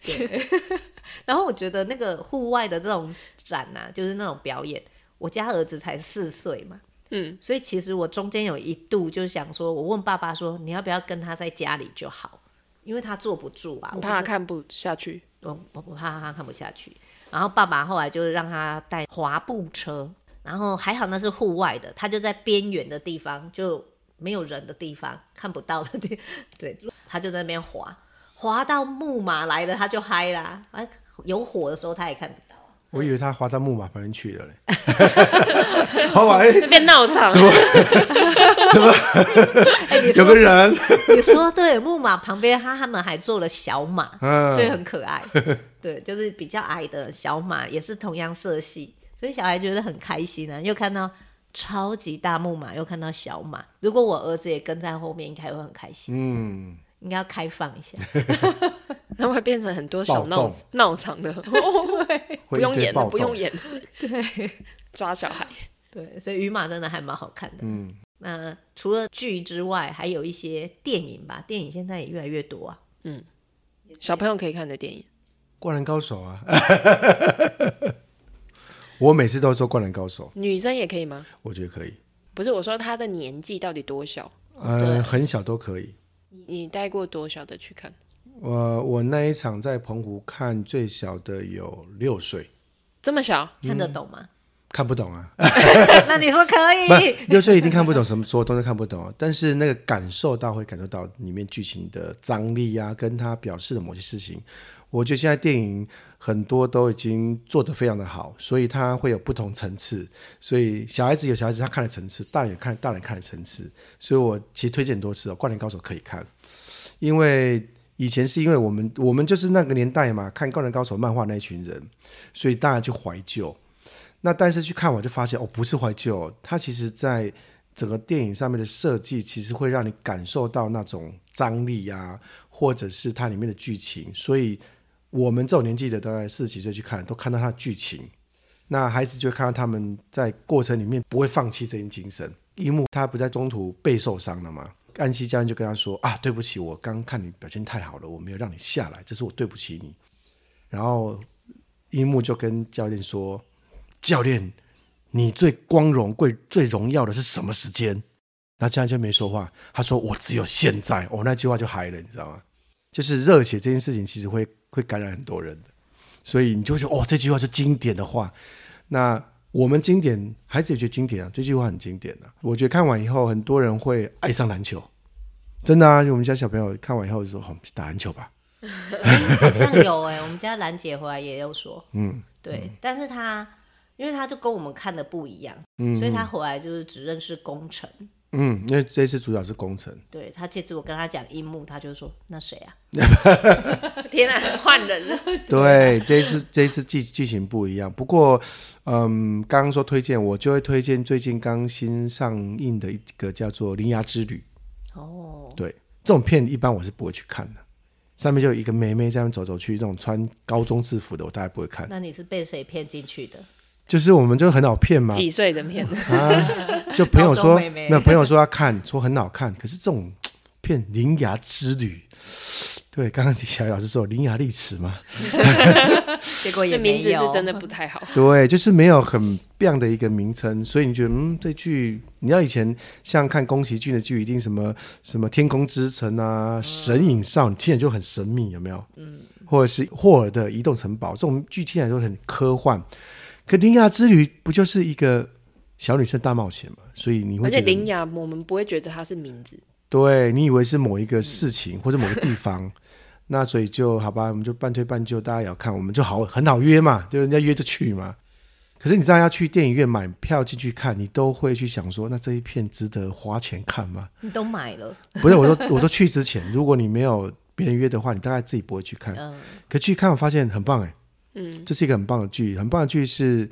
[SPEAKER 1] 对， 然后我觉得那个户外的这种展啊，就是那种表演，我家儿子才四岁嘛，
[SPEAKER 3] 嗯，
[SPEAKER 1] 所以其实我中间有一度就想说，我问爸爸说，你要不要跟他在家里就好，因为他坐不住啊，
[SPEAKER 3] 我
[SPEAKER 1] 我
[SPEAKER 3] 怕他看不下 去。
[SPEAKER 1] 我我我怕他看不下去。然后爸爸后来就是让他带滑步车，然后还好那是户外的，他就在边缘的地方，就没有人的地方， 看不到的地，对，他就在那边滑，滑到木马来了，他就嗨啦，哎，有火的时候他也看得到。
[SPEAKER 2] 我以为他滑到木马旁边去了 嘞，好吧，哎，
[SPEAKER 3] 变闹场，
[SPEAKER 1] 哎、你
[SPEAKER 2] 有
[SPEAKER 1] 说
[SPEAKER 2] 个 人，
[SPEAKER 1] 你说对，木马旁边他他们还做了小马，
[SPEAKER 2] 嗯
[SPEAKER 1] 所以很可 爱。对，就是比较矮的小马，也是同样色系，所以小孩觉得很开心啊。又看到超级大木马，又看到小马。如果我儿子也跟在后面，应该会很开心。
[SPEAKER 2] 嗯，
[SPEAKER 1] 应该要开放一下，
[SPEAKER 3] 那会变成很多小
[SPEAKER 2] 暴
[SPEAKER 3] 闹
[SPEAKER 2] 动
[SPEAKER 3] 闹场 的，
[SPEAKER 2] 会
[SPEAKER 3] 不
[SPEAKER 2] 一
[SPEAKER 3] 用
[SPEAKER 2] 堆
[SPEAKER 3] 演
[SPEAKER 2] 暴动
[SPEAKER 3] 了，不用演了。 对，抓小孩，
[SPEAKER 1] 对，所以鱼马真的还蛮好看的。
[SPEAKER 2] 嗯，
[SPEAKER 1] 那除了剧之外，还有一些电影吧，电影现在也越来越多啊。
[SPEAKER 3] 小朋友可以看的电影。
[SPEAKER 2] 灌篮高手啊， 我每次都说灌篮高手，
[SPEAKER 3] 女生也可以吗？
[SPEAKER 2] 我觉得可以，
[SPEAKER 3] 不是，我说她的年纪到底多小？
[SPEAKER 2] 呃，很小都可以。
[SPEAKER 3] 你你带过多小的去看？
[SPEAKER 2] 我我那一场在澎湖看最小的有六岁，
[SPEAKER 3] 这么小？
[SPEAKER 2] 嗯
[SPEAKER 1] 看得懂吗？
[SPEAKER 2] 看不懂啊，
[SPEAKER 1] 那你说可
[SPEAKER 2] 不
[SPEAKER 1] 以？
[SPEAKER 2] 六岁一定看不懂什么，所有东西看不懂啊。但是那个感受到会感受到里面剧情的张力啊，跟他表示的某些事情。我觉得现在电影很多都已经做得非常的好，所以它会有不同层次。所以小孩子有小孩子他看的层次，大人有看大人看的层次。所以我其实推荐很多次哦，《灌篮高手》可以看，因为以前是因为我们我们就是那个年代嘛，看《灌篮高手》漫画那一群人，所以大家就怀旧。那但是去看完就发现哦，不是怀旧，它其实在整个电影上面的设计，其实会让你感受到那种张力啊，或者是它里面的剧情。所以我们这种年纪的，大概四十几岁去看，都看到它的剧情。那孩子就会看到他们在过程里面不会放弃这件精神。一幕他不在中途被受伤了吗？安西教练就跟他说：“啊，对不起，我刚看你表现太好了，我没有让你下来，这是我对不起你。”然后樱木就跟教练说：“教练，你最光荣、最最荣耀的是什么时间？”那教练就没说话，他说：“我只有现在。”哦，那句话就嗨了，你知道吗？就是热血这件事情，其实会会感染很多人的，所以你就会觉得哦，这句话是经典的话。那我们经典，孩子也觉得经典啊，这句话很经典啊。我觉得看完以后，很多人会爱上篮球，真的啊。我们家小朋友看完以后就说：“哦，去打篮球吧。
[SPEAKER 1] 好像有哎、我们家兰姐回来也有说，嗯，对，但是她因为她就跟我们看的不一样，所以她回来就是只认识工程。”
[SPEAKER 2] 嗯，因为这次主角是工程，
[SPEAKER 1] 对她这次我跟她讲樱木，她就说那谁啊？
[SPEAKER 3] 天啊，换人了！
[SPEAKER 1] 啊
[SPEAKER 2] 对，这一次这一次剧剧情不一样。不过，嗯，刚刚说推荐，我就会推荐最近刚新上映的一个叫做《铃芽之旅
[SPEAKER 1] 哦》。，
[SPEAKER 2] 对，这种片一般我是不会去看的。上面就有一个妹妹这样走走去，这种穿高中制服的我大概不会看。
[SPEAKER 1] 那你是被谁骗进去的？
[SPEAKER 2] 就是我们就很好骗嘛，
[SPEAKER 3] 几岁的 片？
[SPEAKER 2] 就朋友
[SPEAKER 1] 高中
[SPEAKER 2] 说
[SPEAKER 1] 妹妹
[SPEAKER 2] 没有朋友说要看，说很好看，可是这种片《铃芽之旅》，对，刚刚小雨老师说《铃芽历史》嘛，
[SPEAKER 1] 结果也
[SPEAKER 3] 这名
[SPEAKER 1] 没
[SPEAKER 3] 字
[SPEAKER 1] 有。
[SPEAKER 3] 是真的不太 好。
[SPEAKER 2] 对，就是没有很棒的一个名称，所以你觉得嗯，这剧你要以前像看宫崎骏的剧，一定什么什么《天空之城》
[SPEAKER 3] 嗯
[SPEAKER 2] 啊，神隐少女》，听起来就很神秘，有没有？嗯，或者是霍尔的《移动城堡》这种剧，听起来就很科幻。可《铃芽之旅》不就是一个小女生大冒险嘛？所以你会
[SPEAKER 3] 而
[SPEAKER 2] 觉
[SPEAKER 3] 且
[SPEAKER 2] 得
[SPEAKER 3] 林雅，我们不会觉得它是名字，
[SPEAKER 2] 对你以为是某一个事情或者某个地方，那所以就好吧，我们就半推半就，大家也要看，我们就好很好约嘛，就人家约就去嘛。可是你知道要去电影院买票进去看，你都会去想说，那这一片值得花钱看吗？
[SPEAKER 1] 你都买了，
[SPEAKER 2] 不是，我说我说去之前，如果你没有别人约的话，你大概自己不会去看。
[SPEAKER 1] 嗯，
[SPEAKER 2] 可去看我发现很棒哎，
[SPEAKER 3] 嗯，
[SPEAKER 2] 这是一个很棒的剧，很棒的剧是，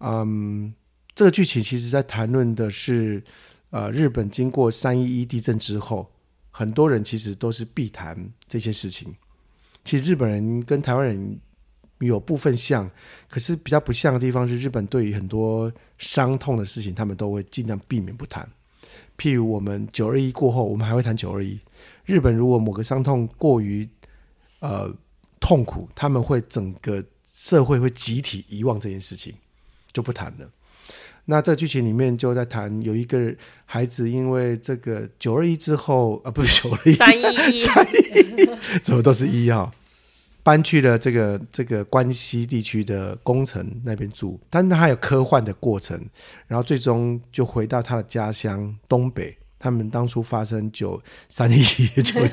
[SPEAKER 2] 嗯，这个剧情其实在谈论的是，呃，日本经过三一一地震之后，很多人其实都是避谈这些事情。其实日本人跟台湾人有部分像，可是比较不像的地方是，日本对于很多伤痛的事情，他们都会尽量避免不谈。譬如我们九二一过后，我们还会谈九二一。日本如果某个伤痛过于呃痛苦，他们会整个社会会集体遗忘这件事情，就不谈了。那这剧情里面就在谈有一个孩子，因为这个九二一之后，啊，不是九二一，
[SPEAKER 3] 三一一，
[SPEAKER 2] 怎么都是一号，搬去了这个这个关西地区的宫城那边住，但他有科幻的过程，然后最终就回到他的家乡东北。他们当初发生九三一一九一，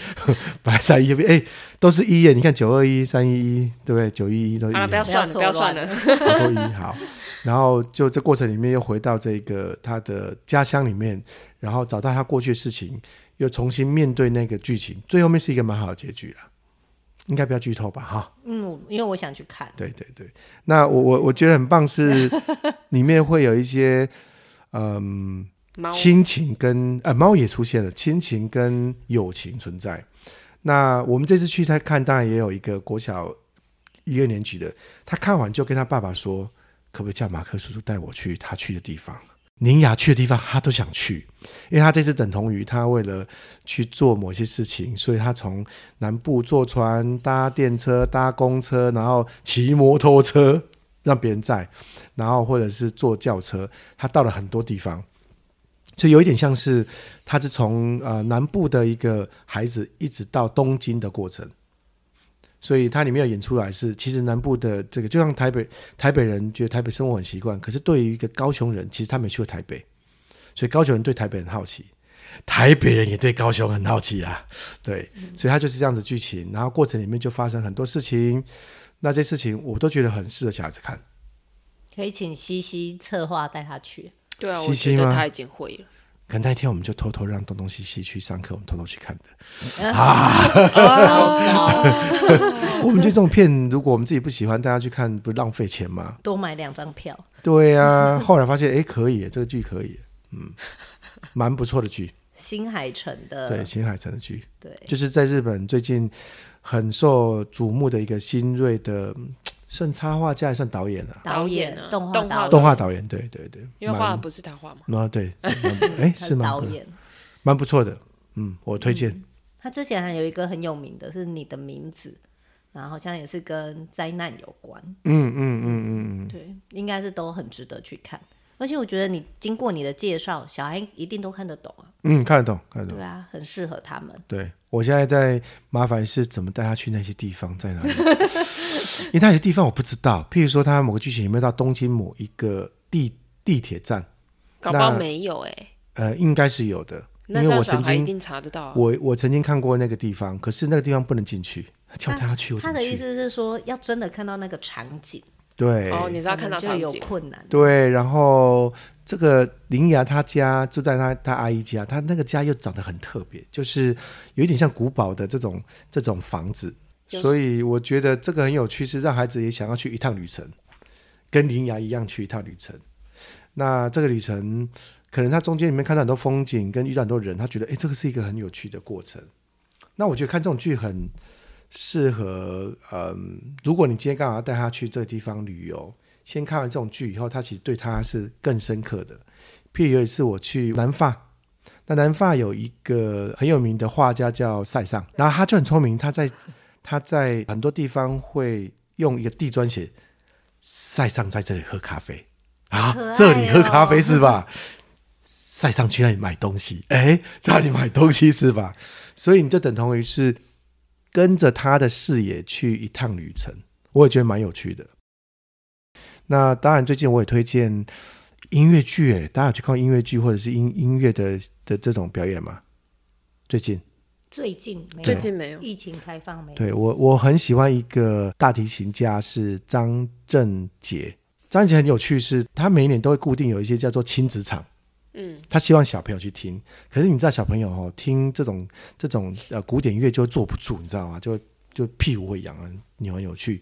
[SPEAKER 2] 本来三一哎、都是一耶，你看九二一三一一，对不对？九一一都是一
[SPEAKER 3] 好了，不要
[SPEAKER 1] 不
[SPEAKER 3] 算
[SPEAKER 1] 要
[SPEAKER 3] 了，不要
[SPEAKER 1] 错乱
[SPEAKER 3] 算了。
[SPEAKER 2] 都一好。 然后就这过程里面又回到这个他的家乡里面，然后找到他过去的事情，又重新面对那个剧情，最后面是一个蛮好的结局啊。应该不要剧透吧，哈。
[SPEAKER 1] 嗯，因为我想去看，
[SPEAKER 2] 对对对，那我我我觉得很棒是里面会有一些嗯
[SPEAKER 3] 猫
[SPEAKER 2] 亲情跟呃猫也出现了，亲情跟友情存在。那我们这次去他看，当然也有一个国小一二年级的，他看完就跟他爸爸说，可不可以叫马克叔叔带我去他去的地方？宁雅去的地方，他都想去，因为他这次等同于他为了去做某些事情，所以他从南部坐船、搭电车、搭公车，然后骑摩托车让别人载，然后或者是坐轿车，他到了很多地方。所以有一点像是他是从呃南部的一个孩子一直到东京的过程，所以它里面有演出来是，其实南部的这个就像台北台北人觉得台北生活很习惯，可是对于一个高雄人，其实他没去过台北，所以高雄人对台北很好奇，台北人也对高雄很好奇啊，对，所以他就是这样子剧情，然后过程里面就发生很多事情，那这些事情我都觉得很适合小孩子看。
[SPEAKER 1] 可以请西西策划带她 去。
[SPEAKER 3] 对啊，
[SPEAKER 2] 西
[SPEAKER 3] 我
[SPEAKER 2] 西
[SPEAKER 3] 觉得
[SPEAKER 2] 吗
[SPEAKER 3] 他已经会了。
[SPEAKER 2] 可能那一天我们就偷偷让东东西西去上课，我们偷偷去看的。我们就这种片，如果我们自己不喜欢，大家去看不浪费钱吗？啊
[SPEAKER 1] 多买两张票，
[SPEAKER 2] 对呀、后来发现哎可以耶，这个剧可以耶，蛮不错的剧，
[SPEAKER 1] 新海诚的，
[SPEAKER 2] 对，新海诚的剧，
[SPEAKER 1] 对
[SPEAKER 2] 就是在日本最近很受瞩目的一个新锐的，嗯算插画家还算导演啊，
[SPEAKER 1] 导演
[SPEAKER 3] 导演啊
[SPEAKER 1] 动画
[SPEAKER 3] 动
[SPEAKER 1] 导
[SPEAKER 3] 画
[SPEAKER 1] 演
[SPEAKER 2] 动画导演，对对对，
[SPEAKER 3] 因为画的
[SPEAKER 2] 蛮
[SPEAKER 3] 不是他画嘛。
[SPEAKER 2] 啊对，哎
[SPEAKER 1] 他
[SPEAKER 2] 是吗？
[SPEAKER 1] 导演。
[SPEAKER 2] 蛮不错的，嗯，我推荐。
[SPEAKER 1] 他之前还有一个很有名的是《你的名字》，然后好像也是跟灾难有关，
[SPEAKER 2] 嗯嗯嗯嗯
[SPEAKER 1] 对，应该是都很值得去看。而且我觉得你经过你的介绍，小孩一定都看得懂啊，
[SPEAKER 2] 嗯，看得懂，看得懂。
[SPEAKER 1] 对啊，很适合他们。
[SPEAKER 2] 对我现在在麻烦是怎么带他去那些地方，在哪里？ 因为他有些地方我不知道，譬如说他某个剧情有没有到东京某一个地地铁站，
[SPEAKER 3] 搞不好
[SPEAKER 2] 那
[SPEAKER 3] 没有哎、
[SPEAKER 2] 呃，应该是有的，因
[SPEAKER 3] 那
[SPEAKER 2] 为
[SPEAKER 3] 这
[SPEAKER 2] 我
[SPEAKER 3] 样小
[SPEAKER 2] 曾
[SPEAKER 3] 孩一
[SPEAKER 2] 经
[SPEAKER 3] 定查得到、啊。
[SPEAKER 2] 我我曾经看过那个地方，可是那个地方不能进去，叫他去我
[SPEAKER 1] 他
[SPEAKER 2] 怎么
[SPEAKER 1] 的意思
[SPEAKER 2] 去？
[SPEAKER 1] 是说，要真的看到那个场景，
[SPEAKER 2] 对、
[SPEAKER 3] 哦，你是要看到
[SPEAKER 1] 可能
[SPEAKER 3] 场
[SPEAKER 1] 就有
[SPEAKER 3] 景，
[SPEAKER 1] 困难。
[SPEAKER 2] 对，然后这个林雅她家住在她她阿姨家，她那个家又长得很特别，就是有一点像古堡的这种这种房子，
[SPEAKER 3] 有
[SPEAKER 2] 所以我觉得这个很有趣，是让孩子也想要去一趟旅程，跟林雅一样去一趟旅程。那这个旅程，可能他中间里面看到很多风景，跟遇到很多人，他觉得哎，诶这个是一个很有趣的过程。那我觉得看这种剧很适合，嗯，如果你今天刚好要带他去这个地方旅游，先看完这种剧以后，他其实对他是更深刻的。譬如有一次我去南法，那南法有一个很有名的画家叫塞尚，然后他就很聪明，他在他在很多地方会用一个地砖写“塞尚在这里喝咖啡”啊
[SPEAKER 1] 可爱，哦
[SPEAKER 2] 这里喝咖啡是吧？塞尚去那里买东西，哎，在那里买东西是吧？所以你就等同于是跟着他的视野去一趟旅程，我也觉得蛮有趣的。那当然，最近我也推荐音乐剧，哎，大家有去看音乐剧或者是音音乐的的这种表演吗？最近，
[SPEAKER 1] 最近没有
[SPEAKER 3] 最近没有。
[SPEAKER 1] 疫情开放没有？
[SPEAKER 2] 对我我很喜欢一个大提琴家是张振杰，张振杰很有趣是，他每一年都会固定有一些叫做亲子场。
[SPEAKER 3] 嗯，
[SPEAKER 2] 他希望小朋友去听，可是你知道小朋友哦，听这种这种呃古典乐就坐不住，你知道吗？就就屁股会痒啊，扭来扭去。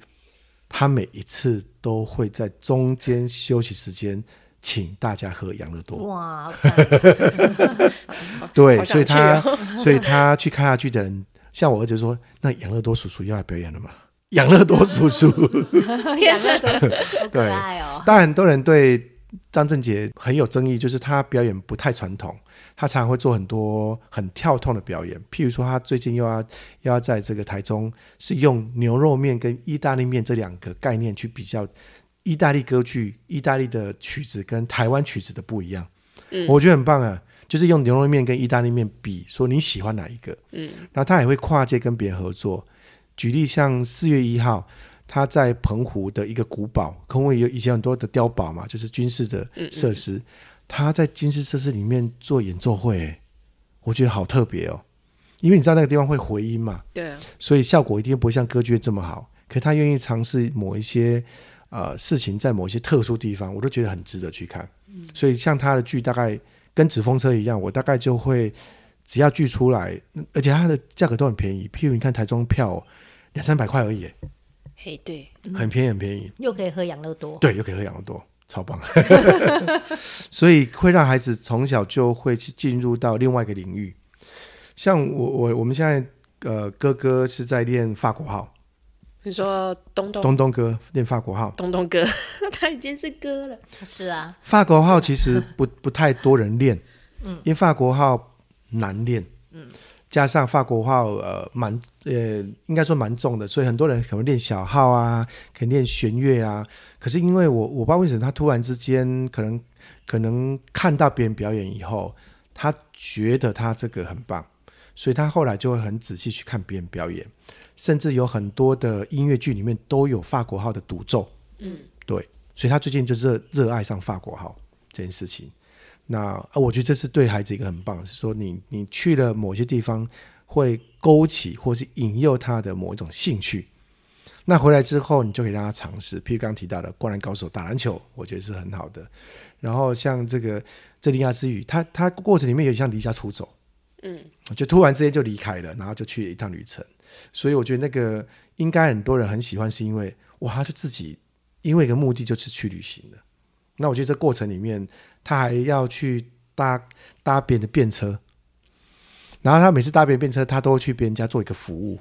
[SPEAKER 2] 他每一次都会在中间休息时间请大家喝养乐多，
[SPEAKER 1] 哇， 好惨
[SPEAKER 2] 对，
[SPEAKER 3] 好
[SPEAKER 2] 所以
[SPEAKER 3] 想去
[SPEAKER 2] 他
[SPEAKER 3] 哦
[SPEAKER 2] 所以他去看下去的人，像我儿子说，那养乐多叔叔要来表演了吗？养乐多叔叔，
[SPEAKER 1] 两个都好可爱哦。
[SPEAKER 2] 当然很多人对张振杰很有争议，就是他表演不太传统，他常常会做很多很跳痛的表演，譬如说他最近又要又要在这个台中是用牛肉面跟意大利面这两个概念去比较意大利歌剧、意大利的曲子跟台湾曲子的不一样，
[SPEAKER 3] 嗯
[SPEAKER 2] 我觉得很棒啊。就是用牛肉面跟意大利面比，说你喜欢哪一个？
[SPEAKER 3] 嗯，
[SPEAKER 2] 然后他也会跨界跟别人合作。举例像四月一号，他在澎湖的一个古堡，澎湖有以前很多的碉堡嘛，就是军事的设施，他在军事设施里面做演奏会，欸我觉得好特别哦，因为你知道那个地方会回音嘛，
[SPEAKER 3] 对啊，
[SPEAKER 2] 所以效果一定不会像歌剧院这么好。可他愿意尝试某一些呃事情，在某一些特殊地方，我都觉得很值得去看。所以像他的剧，大概跟纸风车一样，我大概就会只要剧出来，嗯而且它的价格都很便宜。譬如你看台中票哦两三百块而已，
[SPEAKER 3] 嘿，对，
[SPEAKER 2] 很便宜，很便宜。
[SPEAKER 1] 又可以喝养乐多，
[SPEAKER 2] 对，又可以喝养乐多，超棒。 所以会让孩子从小就会去进入到另外一个领域。像我我我们现在呃哥哥是在练法国号，
[SPEAKER 3] 你说东东
[SPEAKER 2] 东东哥练法国号，
[SPEAKER 3] 东东哥， 他已经是哥了，
[SPEAKER 1] 是啊，
[SPEAKER 2] 法国号其实不 不太多人练，因为法国号难练，加上法国号呃蛮呃应该说蛮重的，所以很多人可能练小号啊，可能练弦乐啊。可是因为我我不知道为什么他突然之间可能可能看到别人表演以后，他觉得他这个很棒，所以他后来就会很仔细去看别人表演，甚至有很多的音乐剧里面都有法国号的独奏。所以他最近就热热爱上法国号这件事情。那、啊、我觉得这是对孩子一个很棒的，是说你你去了某些地方，会勾起或是引诱他的某一种兴趣。那回来之后，你就可以让他尝试，譬如刚刚提到的《灌篮高手》打篮球，我觉得是很好的。然后像这个《这离家之旅》，他他过程里面有点像离家出走，嗯，就突然之间就离开了，然后就去一趟旅程。所以我觉得那个应该很多人很喜欢，是因为哇，他就自己因为一个目的就是去旅行的。那我觉得这过程里面，他还要去搭搭别人的便车，然后他每次搭别人便车，他都会去别人家做一个服务，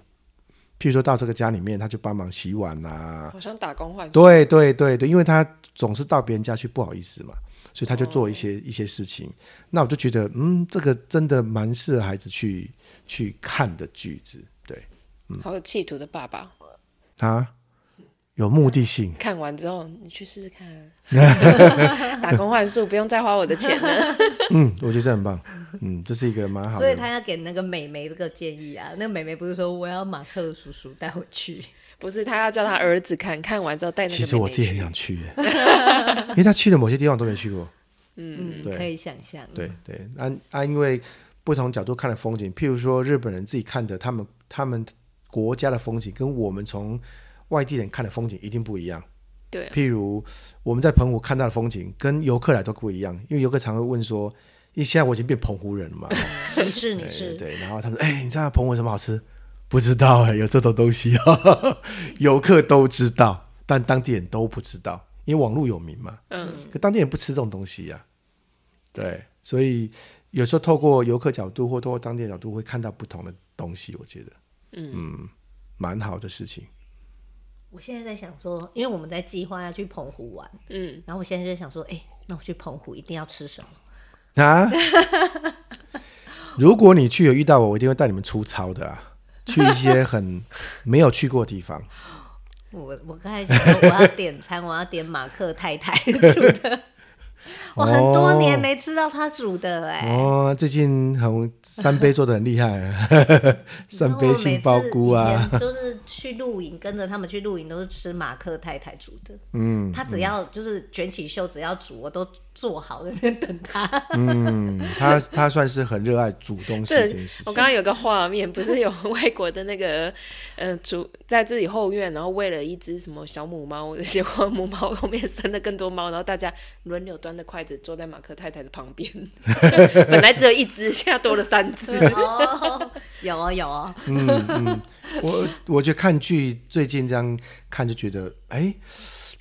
[SPEAKER 2] 譬如说到这个家里面，他就帮忙洗碗啊，
[SPEAKER 3] 好像打工换宿
[SPEAKER 2] 对对对对，因为他总是到别人家去不好意思嘛，所以他就做一
[SPEAKER 1] 哦
[SPEAKER 2] 些、一些事情。那我就觉得，嗯，这个真的蛮适合孩子去去看的句子，对
[SPEAKER 3] 好有企图的爸爸。
[SPEAKER 2] 啊，有目的性。
[SPEAKER 3] 看完之后，你去试试看啊、 打工换宿不用再花我的钱了。
[SPEAKER 2] 嗯，我觉得这很棒。嗯，这是一个蛮好
[SPEAKER 1] 所以
[SPEAKER 2] 的。
[SPEAKER 1] 他要给那个美眉这个建议啊。那美眉不是说我要马克的叔叔带我去，
[SPEAKER 3] 不是，他要叫他儿子看看完之后带那个。
[SPEAKER 2] 其实我自己很，想 去耶，因为他去的某些地方我都没去过。
[SPEAKER 1] 嗯，
[SPEAKER 2] 对
[SPEAKER 1] 可以想象，
[SPEAKER 2] 对对，啊啊，因为不同角度看的风景，譬如说日本人自己看的他们他们国家的风景，跟我们从外地人看的风景一定不一样。
[SPEAKER 3] 对啊，
[SPEAKER 2] 譬如我们在澎湖看到的风景，跟游客来都不一样，因为游客常会问说，因为现在我已经变澎湖人了嘛，
[SPEAKER 1] 你是你
[SPEAKER 2] 对对
[SPEAKER 1] 是，
[SPEAKER 2] 对，然后他们哎、你知道澎湖有什么好吃？不知道哎、有这种东西 哦，游客都知道，但当地人都不知道，因为网络有名嘛。
[SPEAKER 3] 嗯，
[SPEAKER 2] 可当地人不吃这种东西呀、对，所以有时候透过游客角度或透过当地的角度，会看到不同的东西。我觉得，
[SPEAKER 3] 嗯
[SPEAKER 2] 蛮好的事情。
[SPEAKER 1] 我现在在想说，因为我们在计划要去澎湖玩，
[SPEAKER 3] 嗯，
[SPEAKER 1] 然后我现在就想说，哎、那我去澎湖一定要吃什么？
[SPEAKER 2] 啊！ 如果你去有遇到我，我一定会带你们出操的啊，去一些很没有去过的地方。
[SPEAKER 1] 我我刚才想说，我要点餐，我要点马克太太煮 的，我很多年没吃到他煮的哎、
[SPEAKER 2] 哦，最近很三杯做的很厉害啊， 三杯杏鲍菇啊，，
[SPEAKER 1] 就是去露营，跟着他们去露营都是吃马克太太煮的。嗯，他只要就是卷起袖，只要煮我都做好在那边等 他。
[SPEAKER 2] 嗯，他他算是很热爱煮东西
[SPEAKER 3] 这
[SPEAKER 2] 这件事
[SPEAKER 3] 我
[SPEAKER 2] 情。
[SPEAKER 3] 刚刚有个画面，不是有 外国的那个呃主在自己后院，然后喂了一只什么小母猫， 结果母猫后面生了更多猫，然后大家轮流端着筷子坐在马克太太的旁 边，本来只有一只，现在多了三只。
[SPEAKER 1] 哦，有啊有啊，
[SPEAKER 2] 我我觉得看剧最近这样看就觉得，哎，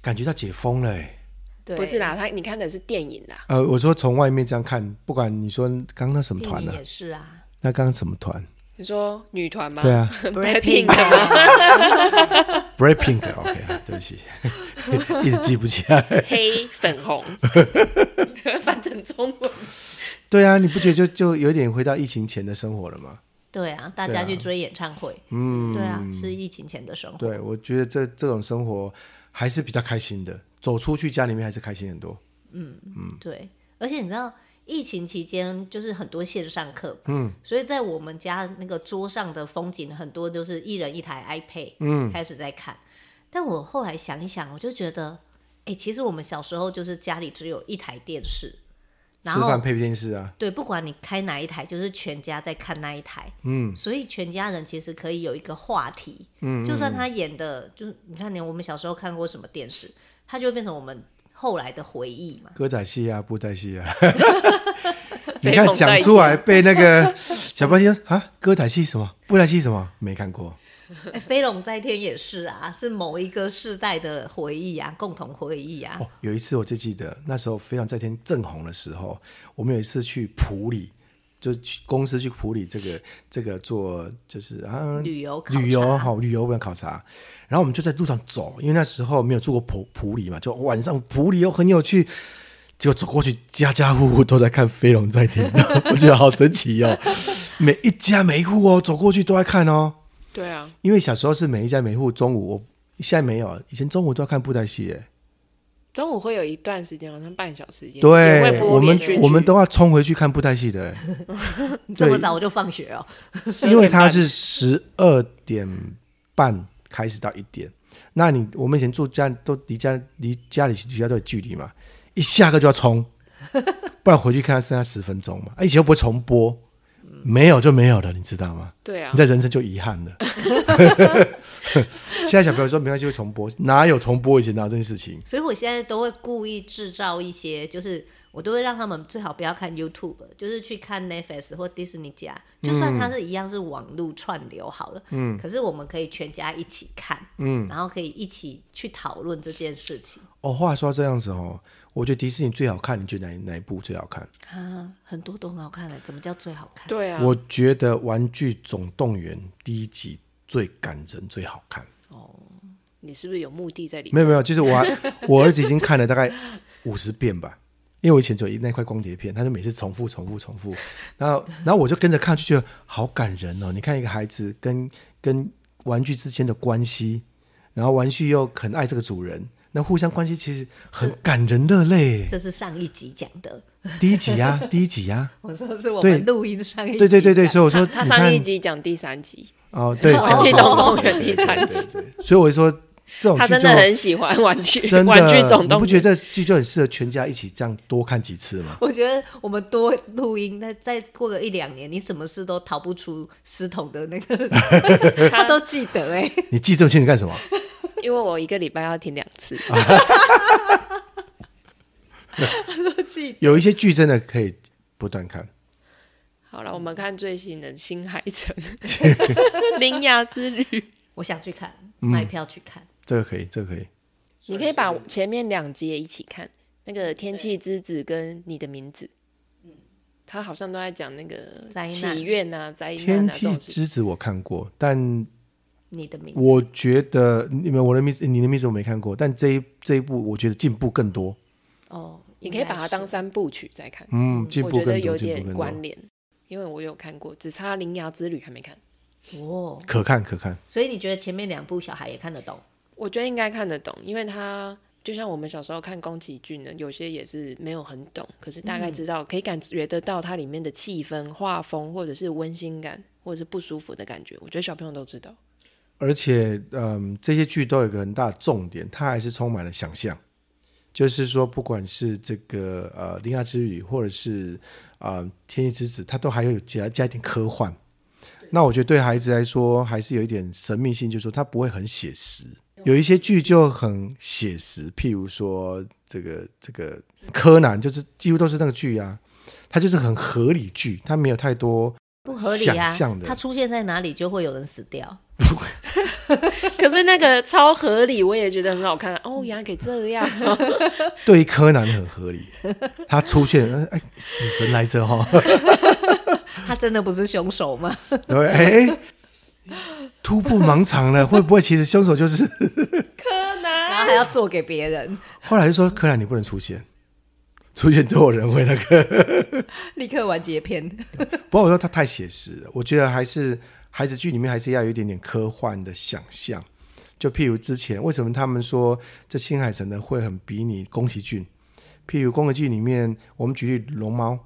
[SPEAKER 2] 感觉到解封了。哎
[SPEAKER 1] 对，
[SPEAKER 3] 不是啦，他你看的是电影啦，
[SPEAKER 2] 呃，我说从外面这样看，不管你说刚刚那什么
[SPEAKER 1] 电
[SPEAKER 2] 团
[SPEAKER 1] 影
[SPEAKER 2] 呢、
[SPEAKER 1] 也是啊
[SPEAKER 2] 那刚刚什么团？
[SPEAKER 3] 你说女团吗？
[SPEAKER 2] 对 啊
[SPEAKER 1] ，Blackpink
[SPEAKER 3] 的
[SPEAKER 1] 啊
[SPEAKER 2] ，Breaking，OK，、对不起，一直记不起来。
[SPEAKER 3] 黑粉红， 翻成中文。
[SPEAKER 2] 对啊，你不觉得就就有点回到疫情前的生活了吗？
[SPEAKER 1] 对啊，大家去追演唱会，
[SPEAKER 2] 嗯，
[SPEAKER 1] 对啊，是疫情前的生活。
[SPEAKER 2] 对，我觉得这这种生活还是比较开心的，走出去家里面还是开心很多。
[SPEAKER 1] 对，而且你知道，疫情期间就是很多线上课，嗯，所以在我们家那个桌上的风景，很多就是一人一台 iPad，嗯，开始在看。但我后来想一想，我就觉得，哎、其实我们小时候就是家里只有一台电视，然
[SPEAKER 2] 吃
[SPEAKER 1] 后
[SPEAKER 2] 饭配电视啊，
[SPEAKER 1] 对，不管你开哪一台，就是全家在看那一台，嗯，所以全家人其实可以有一个话题，嗯，就算他演的，就是你看，连我们小时候看过什么电视，它就会变成我们后来的回忆嘛。
[SPEAKER 2] 歌仔戏啊，布袋戏啊， 你
[SPEAKER 3] 飞
[SPEAKER 2] 看
[SPEAKER 3] 鸿
[SPEAKER 2] 讲
[SPEAKER 3] 在
[SPEAKER 2] 出来被那个小朋友啊，歌仔戏什么，布袋戏什么，没看过。
[SPEAKER 1] 哎飞龙在天也是啊，是某一个世代的回忆啊，共同回忆啊。
[SPEAKER 2] 哦，有一次我最记得，那时候《飞扬在天》正红的时候，我们有一次去普里，就去公司去普里这个这个做就是啊
[SPEAKER 1] 旅游考察
[SPEAKER 2] 旅游好旅游我们考察，然后我们就在路上走，因为那时候没有住过普普里嘛，就晚上普里又哦很有趣。结果走过去，家家户户都在看《飞龙在天》，我觉得好神奇 哦！每一家每一户哦，走过去都在看哦。
[SPEAKER 3] 对啊，
[SPEAKER 2] 因为小时候是每一家每一户中午，我现在没有，以前中午都要看布袋戏耶。
[SPEAKER 3] 中午会有一段时间，好像半小时间，也会
[SPEAKER 2] 对，
[SPEAKER 3] 播
[SPEAKER 2] 我们
[SPEAKER 3] 连续剧
[SPEAKER 2] 我们都要冲回去看布袋戏的，
[SPEAKER 1] 你这么早我就放学哦，
[SPEAKER 3] 12
[SPEAKER 2] 因为它
[SPEAKER 3] 点半
[SPEAKER 2] 是十二点半开始到一点。那你我们以前住家都离家离家里学校都有距离嘛，一下课就要 冲，不然回去看剩下十分钟嘛。啊，以前又不会重播，没有就没有了，你知道吗？
[SPEAKER 3] 对啊
[SPEAKER 2] 你，在人生就遗憾了。 现在小朋友说没关系会重播，哪有重播以前哪有这件事情？
[SPEAKER 1] 所以我现在都会故意制造一些，就是我都会让他们最好不要看 YouTube，就是去看 Netflix 或迪士尼家，就
[SPEAKER 2] 嗯
[SPEAKER 1] 算它是一样是网络串流好了，嗯，可是我们可以全家一起看，嗯，然后可以一起去讨论这件事情
[SPEAKER 2] 哦，话说到这样子哦，我觉得迪士尼最好看，你觉得哪哪一部最好看？
[SPEAKER 1] 啊，很多都很好看的，怎么叫最好看？
[SPEAKER 3] 对啊，
[SPEAKER 2] 我觉得《玩具总动员》第一集最感人，最好看。
[SPEAKER 3] 你是不是有目的在里面？
[SPEAKER 2] 没有没有，就是我还 我儿子已经看了大概五十遍吧，因为我以前只有一那块光碟片，他就每次重复重复重复，然后然后我就跟着看，就觉得好感人哦。你看一个孩子跟跟玩具之间的关系，然后玩具又很爱这个主人，那互相关系其实很感人热 泪。
[SPEAKER 1] 这是上一集讲的，
[SPEAKER 2] 第一集呀、第一集呀、
[SPEAKER 1] 我说是我
[SPEAKER 2] 对
[SPEAKER 1] 们录音上一集
[SPEAKER 2] 对对对对，
[SPEAKER 1] 讲
[SPEAKER 2] 所以我说
[SPEAKER 3] 他
[SPEAKER 2] 你
[SPEAKER 3] 他上一
[SPEAKER 2] 看
[SPEAKER 3] 集讲第三集
[SPEAKER 2] 哦， 对，
[SPEAKER 3] 《玩具
[SPEAKER 2] 对
[SPEAKER 3] 总动员》第三集，
[SPEAKER 2] 对对所以我就说这种
[SPEAKER 3] 他
[SPEAKER 2] 剧
[SPEAKER 3] 真
[SPEAKER 2] 哦就
[SPEAKER 3] 的很喜欢玩具，
[SPEAKER 2] 真的
[SPEAKER 3] 玩具总
[SPEAKER 2] 你
[SPEAKER 3] 动
[SPEAKER 2] 不觉
[SPEAKER 3] 员。
[SPEAKER 2] 得这剧就很适合全家一起这样多看几次吗？
[SPEAKER 1] 我觉得我们多录音，那再过个一两年，你什么事都逃不出师彤的那个，他都记得哎、
[SPEAKER 2] 你记这么清楚干什么？
[SPEAKER 3] 因为我一个礼拜要听两次，
[SPEAKER 2] 啊
[SPEAKER 1] 都记得。
[SPEAKER 2] 有一些剧真的可以不断看。
[SPEAKER 3] 好了，我们看最新的《新海诚》 《铃芽之旅》，
[SPEAKER 1] 我想去看，买票去看。
[SPEAKER 2] 这个可以，这个可以。
[SPEAKER 3] 你可以把前面两集也一起看，那个
[SPEAKER 1] 嗯
[SPEAKER 3] 《天气之子》跟《你的名字》，他好像都在讲那个
[SPEAKER 1] 灾难
[SPEAKER 3] 祈愿啊、灾
[SPEAKER 2] 天
[SPEAKER 3] 难啊这
[SPEAKER 2] 地
[SPEAKER 3] 种事情。
[SPEAKER 2] 之子我看过，但
[SPEAKER 1] 你的名字，
[SPEAKER 2] 我觉得你们我的 miss 你的 miss 我没看过，但这一这一部我觉得进步更多。
[SPEAKER 1] 哦，
[SPEAKER 3] 你可以把它当
[SPEAKER 1] 应该
[SPEAKER 3] 三部曲再看，
[SPEAKER 2] 嗯，进
[SPEAKER 3] 我
[SPEAKER 2] 步
[SPEAKER 3] 觉得
[SPEAKER 2] 更
[SPEAKER 3] 有
[SPEAKER 2] 多，进步
[SPEAKER 3] 点
[SPEAKER 2] 更
[SPEAKER 3] 关
[SPEAKER 2] 多，
[SPEAKER 3] 联，因为我有看过，只差《铃芽之旅》还没看。
[SPEAKER 1] 是哦。
[SPEAKER 2] 可看可看。
[SPEAKER 1] 所以你觉得前面两部小孩也看得懂？
[SPEAKER 3] 我觉得应该看得懂，因为他就像我们小时候看宫崎骏的，有些也是没有很懂，可是
[SPEAKER 1] 嗯
[SPEAKER 3] 大概知道，可以感觉得到它里面的气氛、画风，或者是温馨感，或者是不舒服的感觉。我觉得小朋友都知道。
[SPEAKER 2] 而且，嗯，这些剧都有一个很大的重点，它还是充满了想象。就是说，不管是这个呃《铃芽之旅》，或者是啊、呃天气之子》，它都还有加加一点科幻。那我觉得对孩子来说，还是有一点神秘性，就是说它不会很写实。有一些剧就很写实，譬如说这个这个柯南，就是几乎都是那个剧啊，它就是很合理剧，它没有太多
[SPEAKER 1] 不合理啊
[SPEAKER 2] 想象！的
[SPEAKER 1] 它出现在哪里就会有人死掉。
[SPEAKER 3] 可是那个超合理，我也觉得很好看哦，原来可以这样。
[SPEAKER 2] 对于柯南很合理，他出现，呃哎，死神来着哈、哦，
[SPEAKER 1] 他真的不是凶手吗？
[SPEAKER 2] 然后哎，突破盲场了，会不会其实凶手就是？
[SPEAKER 1] 然后还要做给别人，
[SPEAKER 2] 后来就说柯南你不能出现，出现都有人会那个。
[SPEAKER 1] 立刻完结篇。
[SPEAKER 2] 不过我说他太写实了，我觉得还是孩子剧里面还是要有一点点科幻的想象。就譬如之前为什么他们说这新海诚的会很比拟宫崎骏？譬如宫崎骏里面，我们举例龙猫，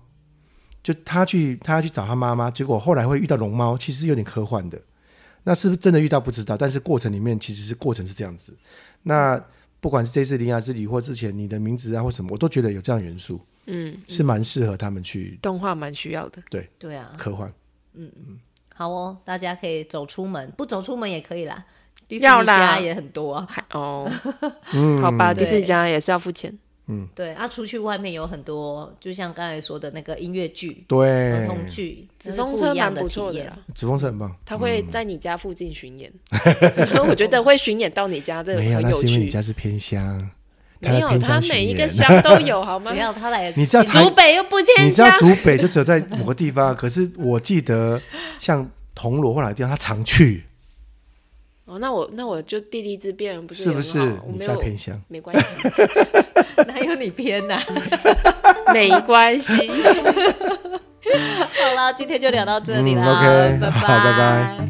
[SPEAKER 2] 就他去他要去找他妈妈，结果后来会遇到龙猫，其实有点科幻的。那是不是真的遇到不知道，但是过程里面其实是过程是这样子。那不管是这次《铃芽之旅》或之前你的名字啊或什么，我都觉得有这样的元素，
[SPEAKER 3] 嗯，
[SPEAKER 2] 是蛮适合他们去
[SPEAKER 3] 动画蛮需要的。
[SPEAKER 1] 对啊，
[SPEAKER 2] 科幻。
[SPEAKER 1] 好哦，大家可以走出门，不走出门也可以啦。迪士
[SPEAKER 3] 要
[SPEAKER 1] 尼
[SPEAKER 3] 啦
[SPEAKER 1] 家也很多啊。
[SPEAKER 3] 还哦，
[SPEAKER 2] 嗯
[SPEAKER 3] 好吧，
[SPEAKER 1] 对
[SPEAKER 3] 迪士尼家也是要付钱。
[SPEAKER 1] 对啊，出去外面有很多，就像刚才说的那个音乐剧、
[SPEAKER 2] 对，
[SPEAKER 1] 儿童剧、
[SPEAKER 3] 纸
[SPEAKER 1] 那是
[SPEAKER 3] 风
[SPEAKER 1] 不
[SPEAKER 3] 车
[SPEAKER 1] 一
[SPEAKER 3] 蛮
[SPEAKER 1] 样
[SPEAKER 3] 不
[SPEAKER 1] 体
[SPEAKER 3] 错的
[SPEAKER 1] 验。
[SPEAKER 3] 啦，
[SPEAKER 2] 纸风车很棒，
[SPEAKER 3] 他会在你家附近巡演， 我觉得会巡演到你家，这个
[SPEAKER 2] 嗯没有，
[SPEAKER 3] 很
[SPEAKER 2] 那是因为你
[SPEAKER 3] 趣。
[SPEAKER 2] 家是偏乡，他
[SPEAKER 3] 没
[SPEAKER 2] 在
[SPEAKER 3] 有，
[SPEAKER 2] 偏
[SPEAKER 3] 他
[SPEAKER 2] 乡巡
[SPEAKER 3] 每一个
[SPEAKER 2] 演
[SPEAKER 3] 乡都有好吗
[SPEAKER 1] 不？要他来，
[SPEAKER 2] 你知道台
[SPEAKER 3] 竹北又不
[SPEAKER 2] 你
[SPEAKER 3] 偏
[SPEAKER 2] 知
[SPEAKER 3] 乡
[SPEAKER 2] 道，竹北就只有在某个地方，可是我记得像铜锣或哪个地方，他常去，
[SPEAKER 3] 哦，那我那我就地利之便不
[SPEAKER 2] 是
[SPEAKER 3] 也
[SPEAKER 2] 不
[SPEAKER 3] 很
[SPEAKER 2] 是
[SPEAKER 3] 好？我
[SPEAKER 2] 你
[SPEAKER 3] 没
[SPEAKER 2] 在
[SPEAKER 3] 有
[SPEAKER 2] 偏乡？
[SPEAKER 3] 没关 系，
[SPEAKER 1] 哪有你啊偏呐、
[SPEAKER 3] 没关系。
[SPEAKER 1] 好了，今天就聊到这里啦、
[SPEAKER 2] 嗯，OK，
[SPEAKER 1] 拜
[SPEAKER 2] 好拜拜